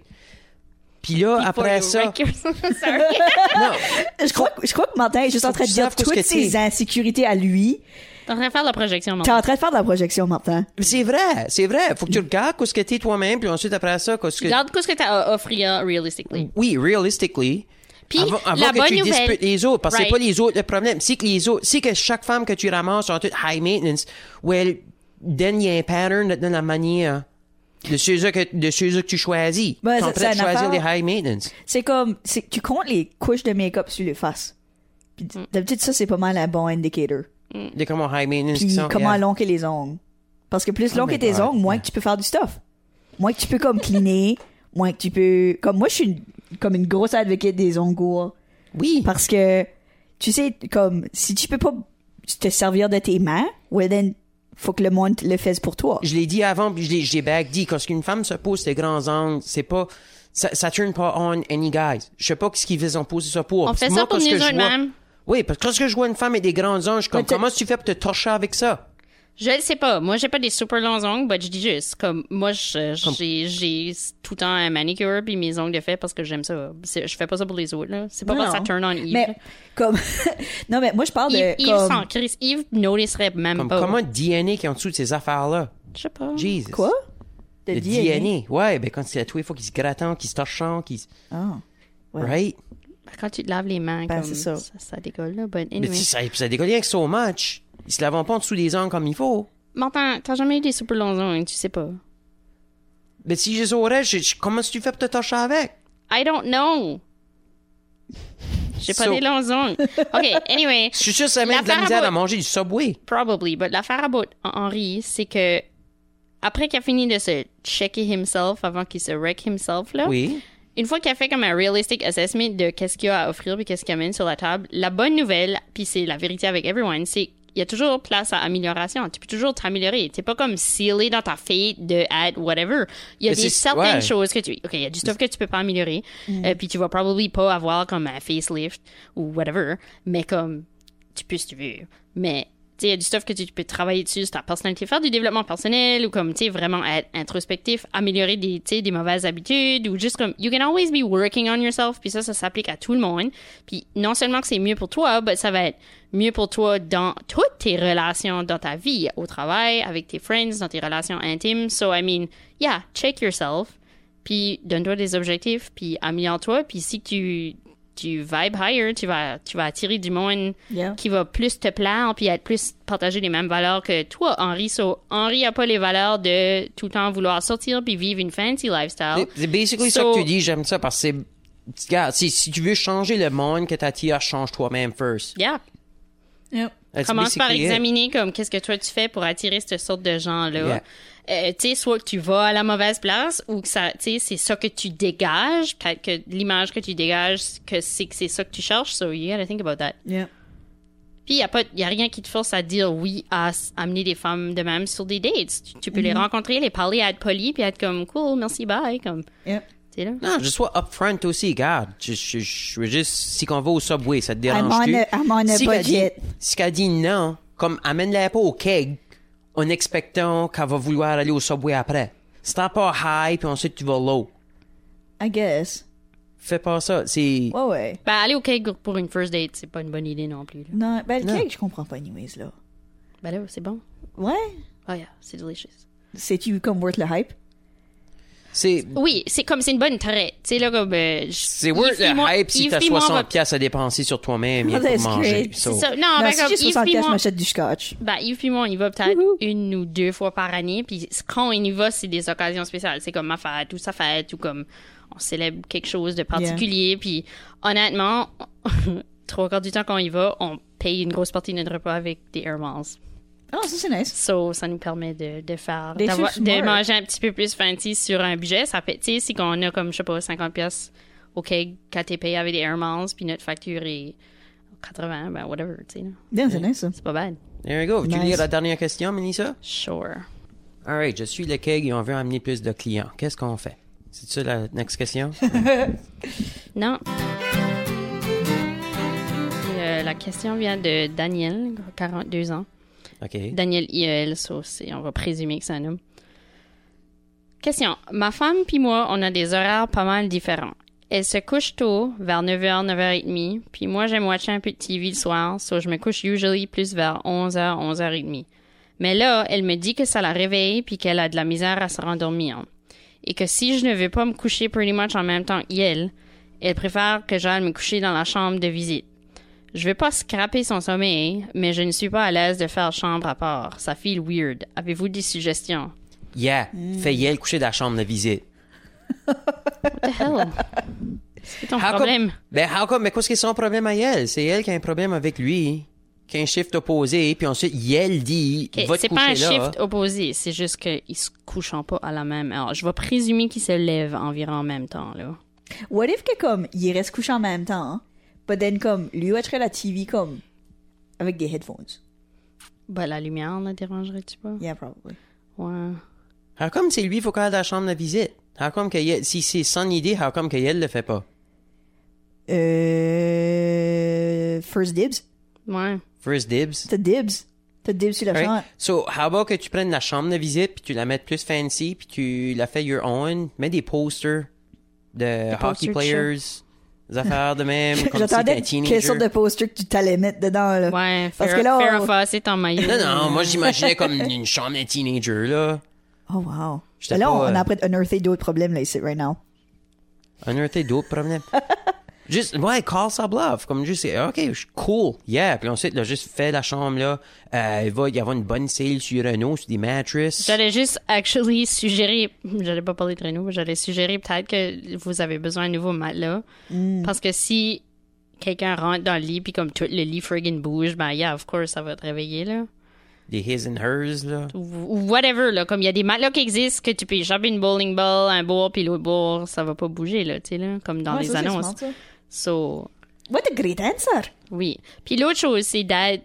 C: Puis là après ça,
B: Sorry.
C: non,
D: que, je crois que, je crois que Martin est juste en train de
C: tu
D: dire
C: saches qu'est-ce
D: toutes
C: que
D: ses
C: t'es.
D: insécurités à lui.
B: T'es en train de faire la projection, non?
D: T'es en train de faire de la projection, Martin.
C: C'est vrai, c'est vrai. Faut que tu regardes qu'est-ce que t'es toi-même, puis ensuite après ça, qu'est-ce que.
B: Regarde ce que t'as à offrir, hein, realistically.
C: Oui, realistically.
D: Mm.
B: Puis,
C: avant avant
B: la
C: que
B: bonne
C: tu
B: nouvelle-
C: disputes les autres, parce que
B: Right.
C: c'est pas les autres le problème. C'est que les autres, c'est que chaque femme que tu ramasses sont toutes high maintenance. Well, then il y a un pattern dans la manière de ceux que, de ceux que tu choisis.
D: Ben,
C: T'es en
D: c'est-
C: train de
D: c'est une
C: choisir des
D: affaire.
C: high maintenance.
D: C'est comme, c'est que tu comptes les couches de make-up sur les faces. Puis d- d'habitude, ça, c'est pas mal un bon indicator.
C: De comment high maintenance
D: Puis
C: qu'ils sont.
D: comment
C: yeah. Oh
D: long que les ongles. Parce que plus long que
C: my
D: tes
C: God.
D: ongles, moins que tu peux faire du stuff. Moins que tu peux, comme, cleaner. moins que tu peux, comme, moi, je suis une- comme une grosse advocate des ongles. courts.
C: Oui.
D: Parce que, tu sais, comme, si tu peux pas te servir de tes mains, well then, faut que le monde le fasse pour toi.
C: je l'ai dit avant, puis je l'ai, je l'ai back dit, quand une femme se pose ses grands angles, c'est pas, ça, ça turn pas on any guys. Je sais pas ce qu'ils ont poser ça pour.
B: On
C: Parce
B: fait
C: que
B: ça
C: moi,
B: pour
C: parce
B: nous
C: que je
B: autres
C: vois-
B: mêmes.
C: Oui, parce que lorsque je vois une femme avec des grands angles, je suis comme,
D: Mais t'as-
C: comment tu fais pour te torcher avec ça?
B: Je le sais pas. Moi, j'ai pas des super longs ongles, mais je dis juste, comme, moi, je- j'ai j'ai tout le temps un manicure puis mes ongles de fait parce que j'aime ça. C'est- Je fais pas ça pour les autres, là. C'est pas
D: Non,
B: parce que
D: non.
B: ça turn on Yves.
D: Mais, comme, non, mais moi, je parle
B: Yves,
D: de,
B: Yves
D: comme,
B: sans Chris, Yves noticerait même
C: Comme,
B: pas.
C: comment DNA qui est en dessous de ces affaires-là?
B: Je sais pas.
C: Jesus.
D: quoi? De
C: Le DNA. Ouais, ben, quand c'est à tous les fois qu'ils se grattent, qu'ils se torchent, qu'ils se-
D: Ah. Ouais.
C: right?
B: Quand tu te laves les mains,
D: Ben,
B: comme,
D: c'est ça.
B: ça. ça, décolle, là. But
C: Mais
B: anyway.
C: si ça, ça décolle rien avec so much. Ils se lavent pas en dessous des angles comme il faut.
B: Martin, t'as jamais eu des super longs ongles, tu sais pas.
C: Mais si je les aurais, je- je- comment tu fais pour te torcher avec?
B: I don't know. J'ai pas
C: So-
B: des longs ongles. OK, anyway.
C: Je suis sûr que ça met de la
B: L'affaire
C: misère
B: about-
C: à manger du Subway.
B: Probably, but l'affaire about Henri, c'est que après qu'il a fini de se checker himself, avant qu'il se wreck himself, là,
C: Oui.
B: une fois qu'il a fait comme un realistic assessment de qu'est-ce qu'il y a à offrir puis qu'est-ce qu'il amène sur la table, la bonne nouvelle, puis c'est la vérité avec everyone, c'est il y a toujours place à amélioration. Tu peux toujours t'améliorer. T'es pas comme scellé dans ta fate de être whatever. Il y a
C: Mais
B: des
C: c'est-
B: certaines
C: ouais.
B: choses que tu. OK, il y a du stuff que tu peux pas améliorer. euh, puis tu vas probablement pas avoir comme un facelift ou whatever. Mais comme, tu peux si tu veux. Mais. tu sais, Il y a du stuff que tu tu peux travailler dessus, sur ta personnalité, faire du développement personnel ou comme, tu sais, vraiment être introspectif, améliorer des, tu sais, des mauvaises habitudes ou juste comme, you can always be working on yourself. Puis ça, ça s'applique à tout le monde. Puis non seulement que c'est mieux pour toi, mais ça va être mieux pour toi dans toutes tes relations, dans ta vie, au travail, avec tes friends, dans tes relations intimes. So, I mean, yeah, check yourself. Puis donne-toi des objectifs, puis améliore-toi. Puis si tu, tu vibes higher, tu vas, tu vas attirer du monde
D: Yeah.
B: qui va plus te plaire, puis être plus partager les mêmes valeurs que toi, Henri. So, Henri a pas les valeurs de tout le temps vouloir sortir puis vivre une fancy lifestyle.
C: C'est- C'est basically ça
B: Ah. So-
C: que tu dis, j'aime ça, parce que c'est... Regarde, si, si tu veux changer le monde que t'attires, change toi-même first.
B: Yeah.
D: Yep.
C: That's
B: Commence par
C: basically it.
B: examiner comme qu'est-ce que toi tu fais pour attirer cette sorte de gens-là.
C: Yeah.
B: Euh, tu sais, soit que tu vas à la mauvaise place ou que ça, tu sais, c'est ça que tu dégages. Peut-être que l'image que tu dégages, que c'est que c'est ça que tu cherches. So you gotta think about that.
D: Yep.
B: Puis il n'y a, rien qui te force à dire oui à s- amener des femmes de même sur des dates. Tu, tu peux
D: Mhm.
B: les rencontrer, les parler, être poli, puis être comme cool, merci, bye. Comme,
D: Yep.
B: tu sais, là.
C: Non, je sois upfront aussi, regarde. Je, je, je veux juste, si qu'on va au Subway, ça te
D: I'm
C: dérange
D: on
C: tu
D: a- I'm on a
C: si qu'elle
D: budget.
C: dit- Si qu'elle dit non, comme amène-la pas au keg en expectant qu'elle va vouloir aller au Subway après. Si t'es pas high, puis ensuite tu vas low.
D: I guess.
C: Fais pas ça. C'est...
D: Ouais, ouais.
B: Ben, aller au cake pour une first date, c'est pas une bonne idée non plus. là.
D: Non, ben, le
C: Non.
D: cake, je comprends pas, anyways, là.
B: Ben là, c'est bon.
D: Ouais.
B: Oh yeah, c'est delicious.
D: C'est-tu comme worth le hype?
C: C'est...
B: Oui, c'est comme, c'est une bonne traite. Tu sais, là, comme... euh, je-
C: C'est
B: Yves
C: worth the
B: Pimon-
C: hype si
B: Yves
C: t'as
B: Pimon va-
C: 60 pièces à dépenser sur toi-même et
D: Oh, that's
C: pour manger.
D: great.
B: C'est
C: So,
B: ça. Non,
D: Non,
B: ben,
D: si
B: comme
D: j'ai
B: Yves
D: 60 pièces, je
B: Pimon-
D: m'achète du scotch.
B: Ben, Yves Pimon, il va peut-être une ou deux fois par année. Puis quand il y va, c'est des occasions spéciales. C'est comme ma fête ou sa fête ou comme on célèbre quelque chose de particulier. Puis honnêtement, trois quarts du temps quand il va, on paye une grosse partie de notre repas avec des Air Miles.
D: Oh, ça, c'est nice.
B: So, ça nous permet de, de faire,
D: Des
B: d'avoir-
D: sous
B: de
D: smart.
B: manger un petit peu plus fancy sur un budget. Ça fait, tu sais, si qu'on a comme, je sais pas, 50 pièces au keg, quand t'es payé avec des Air Miles, puis notre facture est 80, ben whatever, tu sais. là.
D: Non, c'est nice, ça.
B: C'est pas bad.
C: there you go. Tu
D: Nice.
C: lis la dernière question, Melissa?
B: Sure.
C: Alright, je suis le keg et on veut amener plus de clients. Qu'est-ce qu'on fait? C'est ça la next question?
B: Non. Euh, la question vient de Daniel, 42 ans.
C: OK.
B: Daniel IEL, ça aussi, on va présumer que c'est un homme. Question. Ma femme puis moi, on a des horaires pas mal différents. Elle se couche tôt, vers 9h, 9h30, puis moi, j'aime watcher un peu de TV le soir, so je me couche usually plus vers 11h, 11h30. Mais là, elle me dit que ça la réveille puis qu'elle a de la misère à se rendormir. Et que si je ne veux pas me coucher pretty much en même temps qu'elle, elle préfère que j'aille me coucher dans la chambre de visite. Je vais pas scraper son sommeil, mais je ne suis pas à l'aise de faire chambre à part. Ça feel weird. Avez-vous des suggestions?
C: Yeah. Fais y le coucher de la chambre de visite.
B: What the hell? C'est ton
C: How
B: problème.
C: Come, ben, how come? Mais qu'est-ce que son problème à elle? C'est elle qui a un problème avec lui. Qui a un shift opposé, puis ensuite, Yel dit,
B: Ok,
C: va te
B: C'est
C: coucher
B: pas un
C: là. hein.
B: shift opposé, c'est juste qu'ils se couchent en pas à la même heure. Je vais présumer qu'ils se lèvent environ en même temps, là.
D: What if que, comme, il reste couché en même temps, hein? But then, comme, lui watcherait la TV, comme, avec des headphones.
B: Bah, la lumière ne dérangerait-tu pas?
D: Yeah, probably.
B: Ouais.
C: How come c'est lui, il faut qu'elle aille dans la chambre de visite? How come que Yael- si c'est son idée, how come que Yael le fait pas?
D: Euh... First dibs?
B: Ouais.
C: First dibs.
D: T'as dibs? T'as dibs sur la
C: Right?
D: chambre?
C: So, how about que tu prennes la chambre de visite, puis tu la mets plus fancy, puis tu la fais your own. Mets des posters de hockey
B: posters de
C: players, des affaires de même, comme si t'es
D: J'attendais
C: un
D: quelle sorte de
C: teenager.
D: poster que tu t'allais mettre dedans, là.
B: Ouais.
D: Parce
B: Fair-
D: que là, on-
B: Fair of Us est en maillot.
C: Non, non, moi j'imaginais comme une chambre de teenager, là.
D: Oh, wow.
C: J'étais
D: Là, on,
C: pas,
D: on
C: euh,
D: a après unearthé d'autres problèmes, là, ici, right now.
C: Unearther d'autres problèmes. juste, ouais, call ça bluff. Comme juste, c'est, OK, je suis cool. Yeah. Puis ensuite, là, juste fait la chambre, là. Euh, il va y avoir une bonne sale sur Renault, sur des mattresses.
B: J'allais juste actually suggérer, j'allais pas parler de Renault, mais j'allais suggérer peut-être que vous avez besoin d'un nouveau matelas.
D: Mm.
B: Parce que si quelqu'un rentre dans le lit puis comme tout le lit friggin bouge, ben yeah, of course, ça va te réveiller là.
C: Des his and hers, là.
B: Ou, ou whatever là, comme il y a des matelas qui existent que tu peux échapper une bowling ball, un bourg puis l'autre bourg, ça va pas bouger là, tu sais là, comme dans
D: Ouais,
B: les
D: ça, c'est
B: annonces.
D: smart, ça.
B: So,
D: What a great answer!
B: oui. Puis l'autre chose, c'est d'être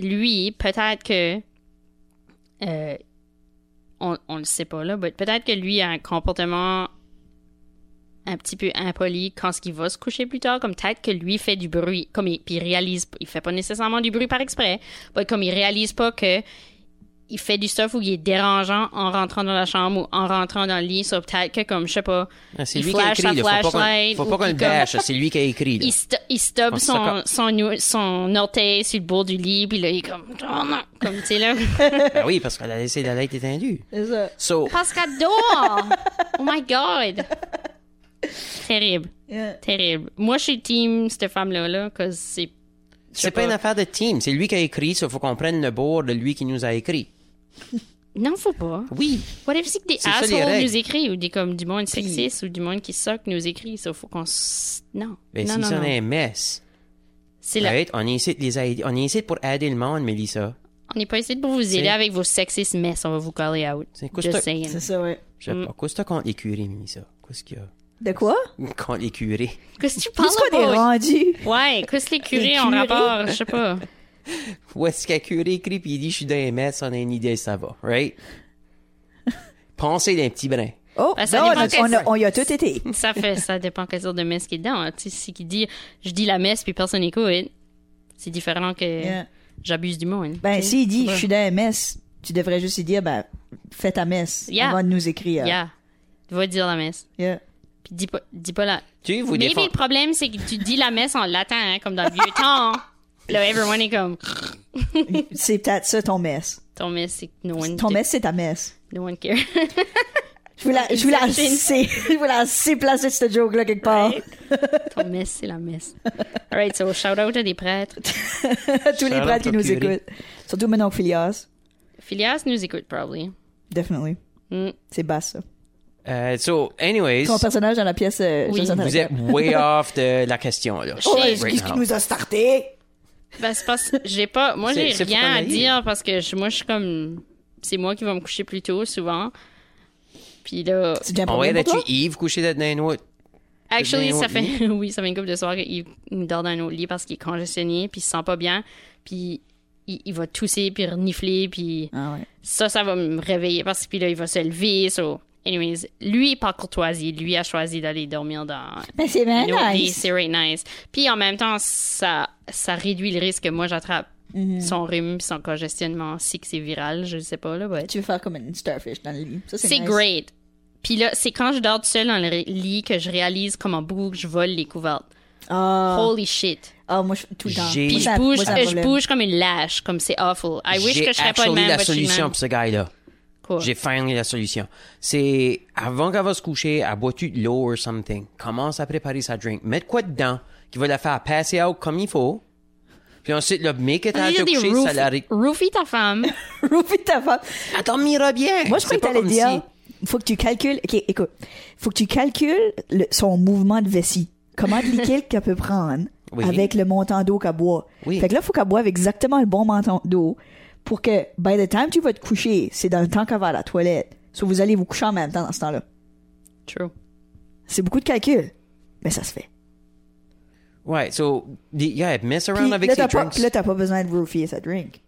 B: lui, peut-être que. euh, on, on le sait pas là, mais peut-être que lui a un comportement un petit peu impoli quand ce qu'il va se coucher plus tard, comme peut-être que lui fait du bruit, comme il, puis il réalise, il fait pas nécessairement du bruit par exprès, mais comme il réalise pas que il fait du stuff où il est dérangeant en rentrant dans la chambre ou en rentrant dans le lit, soit peut-être que comme je sais pas,
C: Ah, C'est
B: il
C: lui qui a
B: flash sa
C: écrit, là. Faut pas qu'on-
B: flashlight
C: faut
B: ou
C: pas qu'on
B: qu'il
C: le
B: comme-
C: bâche, là. c'est lui qui a écrit. là.
B: il, sto- il stub
C: On se
B: son,
C: raconte.
B: son, nou- son orteil sur le bord du lit, puis là, il est comme, oh non, comme tu sais là,
C: Ben oui, parce qu'elle a laissé la lettre étendue.
D: C'est ça.
C: So,
B: passe dehors! Oh my god! Terrible,
D: Yeah.
B: terrible. Moi, je suis team cette femme-là, là, cause c'est. je sais
C: c'est pas une affaire de team. C'est lui qui a écrit, ça. Faut qu'on prenne le bord de lui qui nous a écrit.
B: Non, faut pas.
C: Oui.
B: What if c'est que des
C: C'est ça, les
B: assholes
C: règles.
B: nous écrit ou des comme du monde sexiste ou du monde qui soque nous écrit, ça faut qu'on s- non.
C: Mais
B: non,
C: si
B: non,
C: Ben, ça
B: non.
C: est un mess,
B: C'est là.
C: right, on est ici de les aider- on est ici pour aider le monde, Mélissa.
B: On n'est pas ici pour vous aider
C: C'est-
B: avec vos sexistes messes, on va vous caller out.
C: C'est quoi,
B: Just
C: c'est-
B: saying.
D: C'est ça, ouais.
C: Je sais
B: Mm.
C: pas. Qu'est-ce que t'as contre les curés, Mélissa? Qu'est-ce qu'il y a?
D: De quoi?
C: Contre les curés.
B: Qu'est-ce que tu parles
D: Qu'est-ce qu'on est
B: là-bas?
D: rendu?
B: Ouais, qu'est-ce que les curés
D: Les
B: en
D: curés.
B: rapport, je sais pas.
C: Où est-ce qu'un curé écrit puis il dit, je suis dans les messes, on a une idée, ça va, right? Pensez d'un petit brin.
D: Oh,
B: Ben, ça
D: non, on,
B: dépend
D: a,
B: qu'est-ce-
D: on, a- on y a tout été.
B: Ça fait, ça dépend quelle sorte de messe qui est dedans. hein. Tu sais, si qui dit, je dis la messe puis personne n'écoute, c'est différent que
D: Yeah.
B: j'abuse du monde.
D: Ben,
B: tu sais.
D: s'il dit,
B: Ouais.
D: je suis dans la messe, tu devrais juste lui dire, ben, fais ta messe
B: Yeah.
D: avant de nous écrire.
B: Yeah, va dire la messe.
D: Yeah.
B: Puis dis pas, dis pas la,
C: Tu vous
B: Mais
C: défends.
B: le problème, c'est que tu dis la messe en latin, hein, comme dans le vieux temps. Là, everyone est comme,
D: C'est peut-être ça ton messe.
B: ton messe, c'est que no one,
D: Ton messe, c'est ta messe.
B: no one care.
D: Je voulais, je voulais,
B: Exact.
D: assez, je voulais assez placer cette joke-là quelque part.
B: ton messe, c'est la messe. Alright, so shout out à des prêtres.
D: Tous les
C: Shout-out
D: prêtres qui
C: au
D: nous
C: curé.
D: écoutent. Surtout mon oncle Philias.
B: Phileas nous écoute, probably.
D: Definitely.
B: Mm.
D: C'est basse, ça.
C: Euh, so, anyways,
D: Son personnage dans la pièce, euh,
B: Oui.
D: Jonathan
C: vous
D: Harker.
C: êtes way off de la question, là.
D: Oh,
B: Right
D: qu'est-ce qui
C: now.
D: nous a starté?
B: Ben, c'est parce que j'ai pas, moi,
C: C'est-
B: j'ai
C: c'est pour
B: rien à
C: travailler.
B: dire parce que je- moi, je suis comme, c'est moi qui vais me coucher plus tôt, souvent. Puis là,
D: C'est déjà un
C: On va
D: problème pour toi?
C: être Yves couché là-dedans, une autre.
B: Actually,
C: Dans un
B: ça
C: autre
B: fait, oui, ça fait une couple de soirs qu'il il dort dans un autre lit parce qu'il est congestionné, puis il se sent pas bien, puis il, il va tousser, puis renifler, puis
D: Ah ouais.
B: ça, ça va me réveiller parce que puis là, il va se lever. So, anyways, lui, par courtoisie, lui a choisi d'aller dormir dans
D: Ben, c'est bien
B: un autre lit.
D: nice.
B: C'est really nice. Puis en même temps, ça, ça réduit le risque que moi, j'attrape
D: Mm-hmm.
B: son rhume, puis son congestionnement, si que c'est viral, je sais pas, là, but-
D: Tu veux faire comme une starfish dans le lit. Ça, nice.
B: c'est great. Puis là, c'est quand je dors tout seul dans le ré- lit que je réalise comment beaucoup je vole les couvertes.
D: Ah,
B: Holy shit.
D: ah, moi, je, tout le temps.
C: J'ai-
B: Puis
C: Moi,
B: je
D: Ça-
B: bouge, euh,
D: moi, ça me
B: je
D: problème.
B: bouge comme une lâche, comme c'est awful. I wish
C: J'ai
B: que je serais pas le
C: actually
B: même.
C: la
B: but je suis le
C: solution
B: même.
C: pour ce gars-là.
B: Quoi?
C: J'ai finally la solution. C'est avant qu'elle va se coucher, elle boit-tu de l'eau or something. Commence à préparer sa drink. Mets de quoi dedans qui va la faire passer out comme il faut. Puis ensuite, le make
D: Ah,
C: it
B: Ça
C: à
B: veut
C: te
B: dire des
C: coucher, ça la...
B: roofie,
C: ré-
B: roofie ta femme.
D: Roofie ta femme.
C: Elle dormira bien.
D: Moi, je crois
C: C'est
D: que
C: pas
D: t'allais
C: comme
D: dire, faut que tu calcules, ok, écoute, faut que tu calcules le- son mouvement de vessie. Comment de liquide qu'elle peut prendre
C: Oui.
D: avec le montant d'eau qu'elle boit.
C: Oui.
D: Fait que là, faut qu'elle boive exactement le bon montant d'eau pour que, by the time tu vas te coucher, c'est dans le temps qu'elle va à la toilette. Soit vous allez vous coucher en même temps dans ce temps-là.
B: True.
D: C'est beaucoup de calcul. Mais ça se fait.
C: si- Ouais, so, yeah, mess
D: Puis
C: around avec
D: là,
C: ses
D: t'as pas,
C: drinks.
D: puis là, t'as pas besoin de roofier sa drink.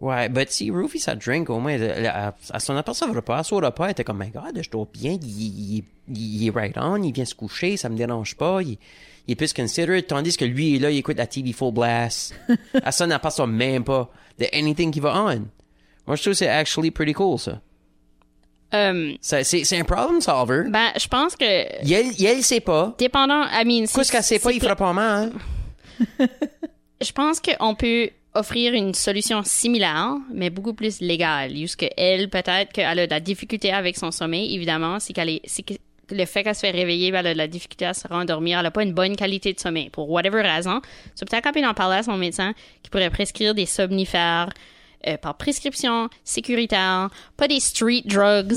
C: Ouais, but si Rufy ça drink, au moins, elle- elle- elle- à son apercevra pas, à son repas, elle était comme, my god, je trouve bien, il, il- il est right on, il vient se coucher, ça me dérange pas, il, il est plus considerate, tandis que lui, il est là, il écoute la TV full blast. à son aperçoit même pas de anything qui va on. Moi, je trouve que c'est actually pretty cool, ça.
B: Euh,
C: Ça, c'est, c'est un problem solver.
B: ben, je pense que,
C: Il, il, il sait pas.
B: dépendant, I mean, c'est-
C: Qu'est-ce qu'elle sait pas,
B: c'est
C: il
B: que-
C: fera pas mal.
B: Je pense qu'on peut offrir une solution similaire, mais beaucoup plus légale. Jusque elle, peut-être qu'elle a de la difficulté avec son sommeil, évidemment, c'est qu'elle est, c'est que le fait qu'elle se fait réveiller, ben, elle a de la difficulté à se rendormir, elle a pas une bonne qualité de sommeil, pour whatever raison. So, peut-être qu'elle peut en parler à son médecin, qui pourrait prescrire des somnifères, euh, par prescription sécuritaire, pas des street drugs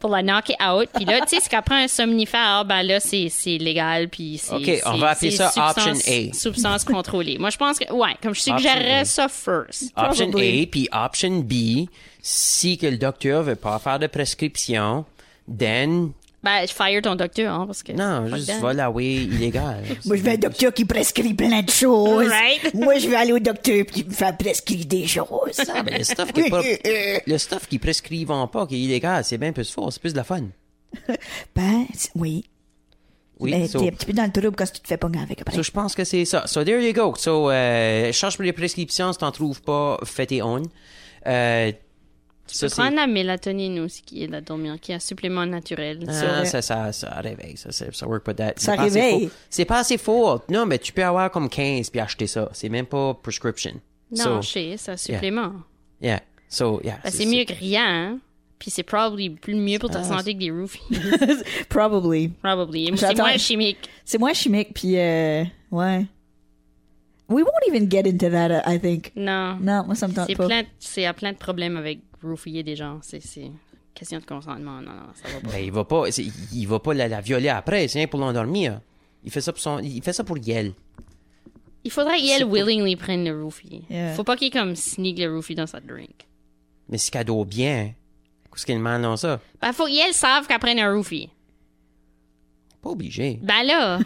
B: pour la knock out. Puis là, tu sais, si qu'elle prend un somnifère, ben là, c'est, c'est légal, puis c'est...
C: Ok, on
B: c'est-
C: va appeler
B: c'est
C: ça
B: substance-
C: option A.
B: substance contrôlée. Moi, je pense que, ouais, comme je
C: Option A.
B: suggérerais ça first.
C: Option
D: Probably.
C: A, puis option B, si que le docteur veut pas faire de prescription, then
B: Ben, je fire ton docteur, hein, parce que.
C: Non,
B: fuck
C: juste
B: that.
C: voilà, oui, illégal.
D: Moi, je vais au docteur qui prescrit plein de choses.
B: Right.
D: Moi, je vais aller au docteur qui me fait prescrire des choses.
C: Ah, ben, le stuff qui est pas- le stuff qu'ils prescrivent en pas, qui est illégal, c'est bien plus fort, c'est plus de la fun.
D: Ben, c'est- oui.
C: Oui,
B: Ben,
D: Mais
C: so-
D: Euh, t'es un petit peu dans le trouble quand tu te fais pogner avec après.
C: So, je pense que c'est ça. So, there you go. So, euh, cherche pour les prescriptions, si t'en trouves pas, fais tes own. Euh, ça, c'est-
B: Prendre la mélatonine aussi, qui est la dormir, qui est un supplément naturel.
C: Ah,
B: Ça,
C: ça, ça, ça réveille, ça, ça, ça work pas that.
D: Ça
C: C'est pas assez
D: réveille.
C: fort. C'est pas assez fort. Non, mais tu peux avoir comme 15 puis acheter ça. C'est même pas prescription.
B: non,
C: so,
B: je sais, c'est un supplément.
C: yeah. So, yeah.
B: Ben, c'est mieux que rien, hein. Puis c'est probably plus mieux pour ta
C: Ah,
B: santé que des roofies.
D: Probably.
B: probably. C'est
D: J'attends.
B: moins chimique.
D: C'est moins chimique, puis euh, ouais. We won't even get into that, uh, I think.
B: Non.
D: Non, moi, ça me tente
B: C'est
D: pas.
B: plein, de- c'est à plein de problèmes avec roofier des gens. C'est, c'est question de consentement. Non, non, ça va pas.
C: Ben, il va pas, c'est- il- il va pas la, la violer après. C'est rien pour l'endormir. Il fait ça pour son, il fait ça pour Yel.
B: Il faudrait qu'elle willingly prenne le roofie.
D: Yeah.
B: Faut pas qu'il comme sneak le roofie dans sa drink.
C: Mais c'est cadeau bien. Qu'est-ce qu'il demande dans ça?
B: Ben, faut qu'elle savent qu'elle prenne un roofie.
C: Pas obligé.
B: Ben là,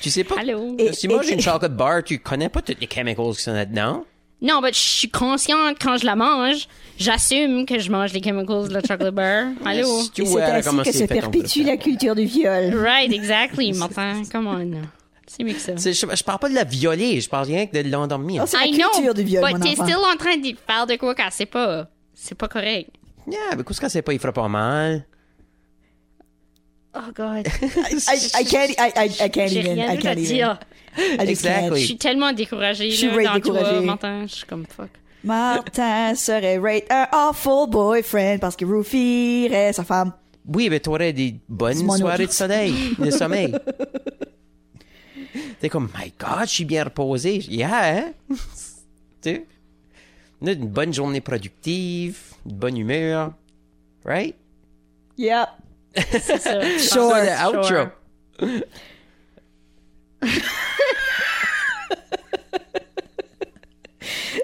C: Tu sais pas.
B: allô?
D: Et-
C: Si moi
D: et-
C: j'ai une chocolate bar, tu connais pas toutes les chemicals qui sont là-dedans.
B: Non, mais je suis consciente quand je la mange. J'assume que je mange les chemicals de la chocolate bar. Allô?
C: Si tu
D: Et c'est
C: vois
D: ainsi
C: comment
D: que
C: c'est
D: se
C: fait, on peut le
D: perpétue
C: faire.
D: la culture du viol.
B: Right, exactly, Martin. Come on. C'est mieux que ça.
C: C'est- Je, je parle pas de la violer, je parle rien que de l'endormir.
D: Oh, c'est la culture du viol,
B: but
D: mon
B: t'es
D: enfant.
B: still en train de faire de quoi quand c'est pas... C'est pas correct.
C: Yeah, mais qu'est-ce que c'est pas, il fera pas mal.
B: Oh,
D: I,
B: God.
D: I can't, I, I, I can't
B: J'ai
D: even.
B: rien
D: I
B: d'autre à
D: can't even.
B: dire.
D: I just
B: Je
C: Exactly.
D: can't.
B: suis tellement découragée,
D: Je suis
B: là,
D: right
B: dans toi,
D: découragée.
B: Martin. Je suis comme, fuck.
D: Martin serait rate un awful boyfriend parce qu'il roofierait sa femme.
C: Oui, mais t'aurais des
D: C'est
C: bonnes
D: mon
C: soirées
D: autre.
C: de soleil, de sommeil. T'es comme, my God, je suis bien reposé. Yeah, hein? tu sais? On a Une bonne journée productive, une bonne humeur. Right?
D: Yep.
B: C'est ça.
D: Sure.
C: Ça, le outro.
B: Sure.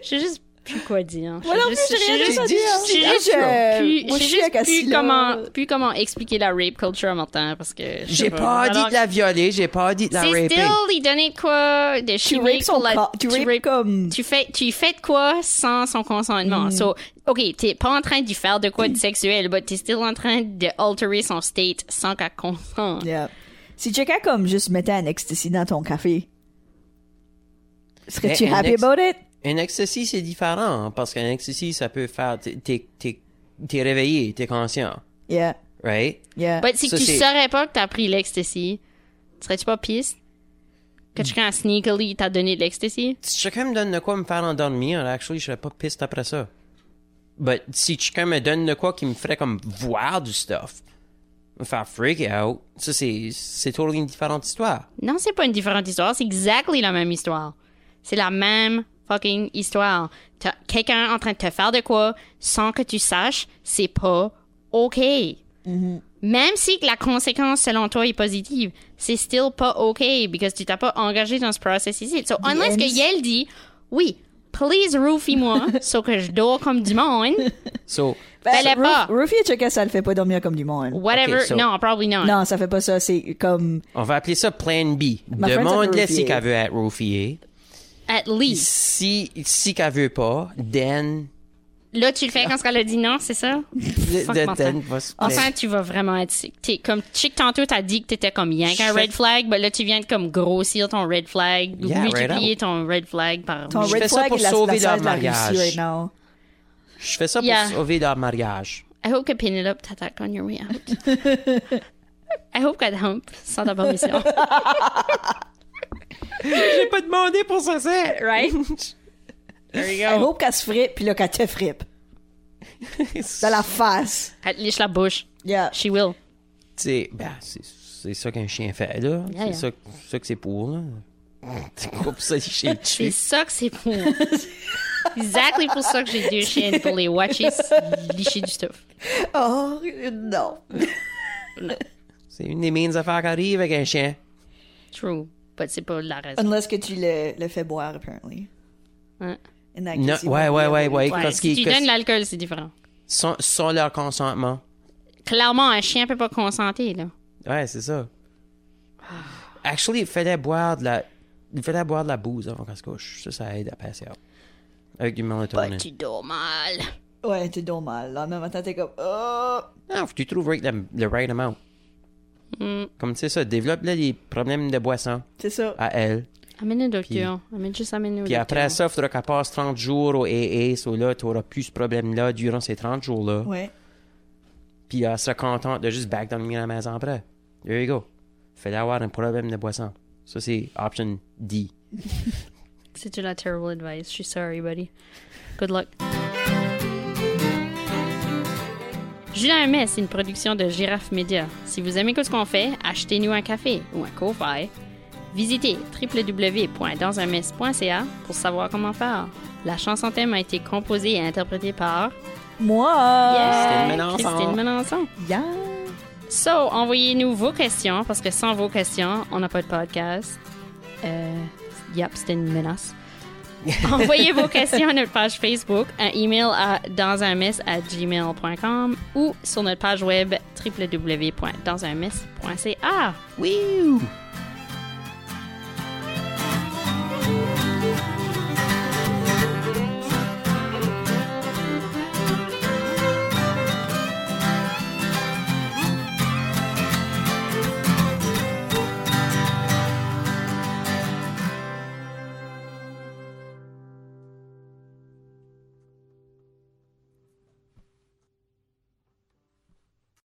B: Je sais juste plus quoi dire.
D: Moi non
B: Je
D: plus,
B: sais-
D: j'ai rien
B: je sais
D: d'autre à dire.
B: juste- je sais
D: Moi,
B: juste
D: je-
B: plus-
D: moi,
B: je
D: je
B: sais
D: suis
B: juste
D: à
B: plus
D: Cassila.
B: comment, plus comment expliquer la rape culture à Martin parce que je sais
C: J'ai pas dit
B: Alors,
C: de la violer, j'ai pas dit de la
B: C'est
C: raper.
B: still, il donnait de quoi de
D: Tu
B: chimique
D: rapes son
B: pour la-
D: corps. Tu rapes comme. Hmm.
B: tu fais tu fais de quoi sans son consentement. So, OK, t'es pas en train de faire de quoi de sexuel, mais t'es still en train de altérer son state sans qu'elle consente.
D: Yep. Si quelqu'un comme juste mettait un ecstasy dans ton café, serais-tu
C: Mais un
D: happy
C: ex-
D: about it?
C: Un ecstasy, c'est différent, hein, parce qu'un ecstasy, ça peut faire... t'es- T'es t'es- t'es réveillé, t'es conscient,
D: Yeah.
C: right?
D: Yeah.
B: But si
C: Ça,
B: tu
C: c'est-
B: saurais pas que t'as pris l'ecstasy, serais-tu pas piste que quelqu'un sneakily t'a donné de l'ecstasy?
C: si chacun me donne de quoi me faire endormir, actually, je serais pas piste après ça. But si chacun me donne de quoi qui me ferait comme voir du stuff, me faire freak out, ça c'est, c'est totally une différente histoire.
B: Non, c'est pas une différente histoire, c'est exactly la même histoire. C'est la même fucking histoire. T'as quelqu'un en train de te faire de quoi sans que tu saches, c'est pas OK.
C: Mm-hmm.
B: Même si que la conséquence selon toi est positive, c'est still pas OK because tu t'as pas engagé dans ce process ici. So, unless que
D: ends.
B: Yel dit, oui, please roofie-moi, so que je dors comme du monde,
C: So,
B: fallait
D: Roof-
B: pas.
D: Roofie Ben, et Chaka, ça le fait pas dormir comme du monde.
B: Whatever.
C: Ok, so-
B: Non, probably not.
D: Non, ça fait pas ça. C'est comme.
C: on va appeler ça plan B.
D: Ma friend, ça peut
C: Demande-le si
D: roofier.
C: qu'elle veut être roofiée.
B: At least.
C: Si, si qu'elle veut pas, then,
B: Là, tu le fais quand ce qu'elle a dit non, c'est ça? Fuck,
C: then,
B: Martin.
C: then va se
B: Enfin, tu vas vraiment être. T'es comme chick tantôt, t'as dit que t'étais comme yank un
C: Je fais-
B: red flag, mais là tu viens de comme grossir ton red flag, ou
C: Yeah, right
B: multiplier
C: out.
B: ton red flag par.
D: Ton
C: Je
D: red
C: fais ça
D: flag
C: pour
D: est la,
C: sauver
D: la
C: leur
D: size de la Russie
C: mariage. Oh.
D: right now.
C: Je fais ça pour
B: Yeah.
C: sauver leur mariage.
B: I hope que Penelope t'attaque on your way out. I hope qu'elle te hump sans ta permission.
C: J'ai pas demandé pour ça, c'est.
B: right?
D: I hope qu'elle se frippe, puis là, qu'elle te frippe. Dans la face.
B: Elle te liche la bouche.
D: Yeah.
B: She will.
C: c'est ben, c'est c'est ça qu'un chien fait là
B: Yeah, yeah.
C: c'est ça, ça que c'est pour là c'est quoi pour ça les chiens
B: C'est
C: tuent
B: ça que c'est pour. exactly pour ça que j'ai deux chiennes pour les watches licher du stuff.
D: Oh, non.
C: c'est une des meilleures affaires qui arrive avec un chien
B: True. But c'est pas la raison.
D: Unless que tu le, le fais boire, apparently. Euh,
B: Hein?
D: In that
C: Non,
D: case, il
C: ouais,
D: va-
C: ouais, ouais,
D: il va-
C: ouais,
B: Ouais,
C: parce
B: si
C: qu'ils-
B: tu
C: que-
B: donnes l'alcool, c'est différent.
C: sans, sans leur consentement
B: clairement, un chien peut pas consentir, là.
C: Ouais, c'est ça.
B: Ah.
C: Actually, il fallait boire de la, il fallait boire de la bouse avant qu'on se couche. Ça, ça aide à passer out. Avec du
B: Ben,
C: melatonin.
B: tu dors mal.
D: Ouais, t'es normal. Là, en même temps, t'es comme. Oh!
C: Ah, faut que tu trouves right- le, le right amount.
B: Mm.
C: Comme tu sais ça, développe là, les problèmes de boisson
D: C'est ça.
C: à elle.
B: Amène le docteur. Amène juste amène le
C: Puis
B: docteur.
C: après ça, il faudra qu'elle passe 30 jours au AA. So là, tu n'auras plus ce problème-là durant ces 30 jours-là.
D: Ouais.
C: Puis elle sera contente de juste back dormir à la maison après. There you go. Fallait avoir un problème de boisson. Ça, c'est option D.
B: C'est de la terrible advice. Je suis sorry, buddy. Good luck. Julien Hermès, c'est une production de Giraffe Media. Si vous aimez ce qu'on fait, achetez-nous un café ou un coffee. Visitez www.dansunmess.ca pour savoir comment faire. La chanson thème a été composée et interprétée par
D: Moi!
C: Christine Melançon.
B: Christine Melançon.
D: Yeah!
B: So, envoyez-nous vos questions, parce que sans vos questions, on n'a pas de podcast. Euh, yep, c'était une menace. Envoyez vos questions à notre page Facebook, un email à dansunmess à gmail.com ou sur notre page web www.dansunmess.ca.
C: Wouh!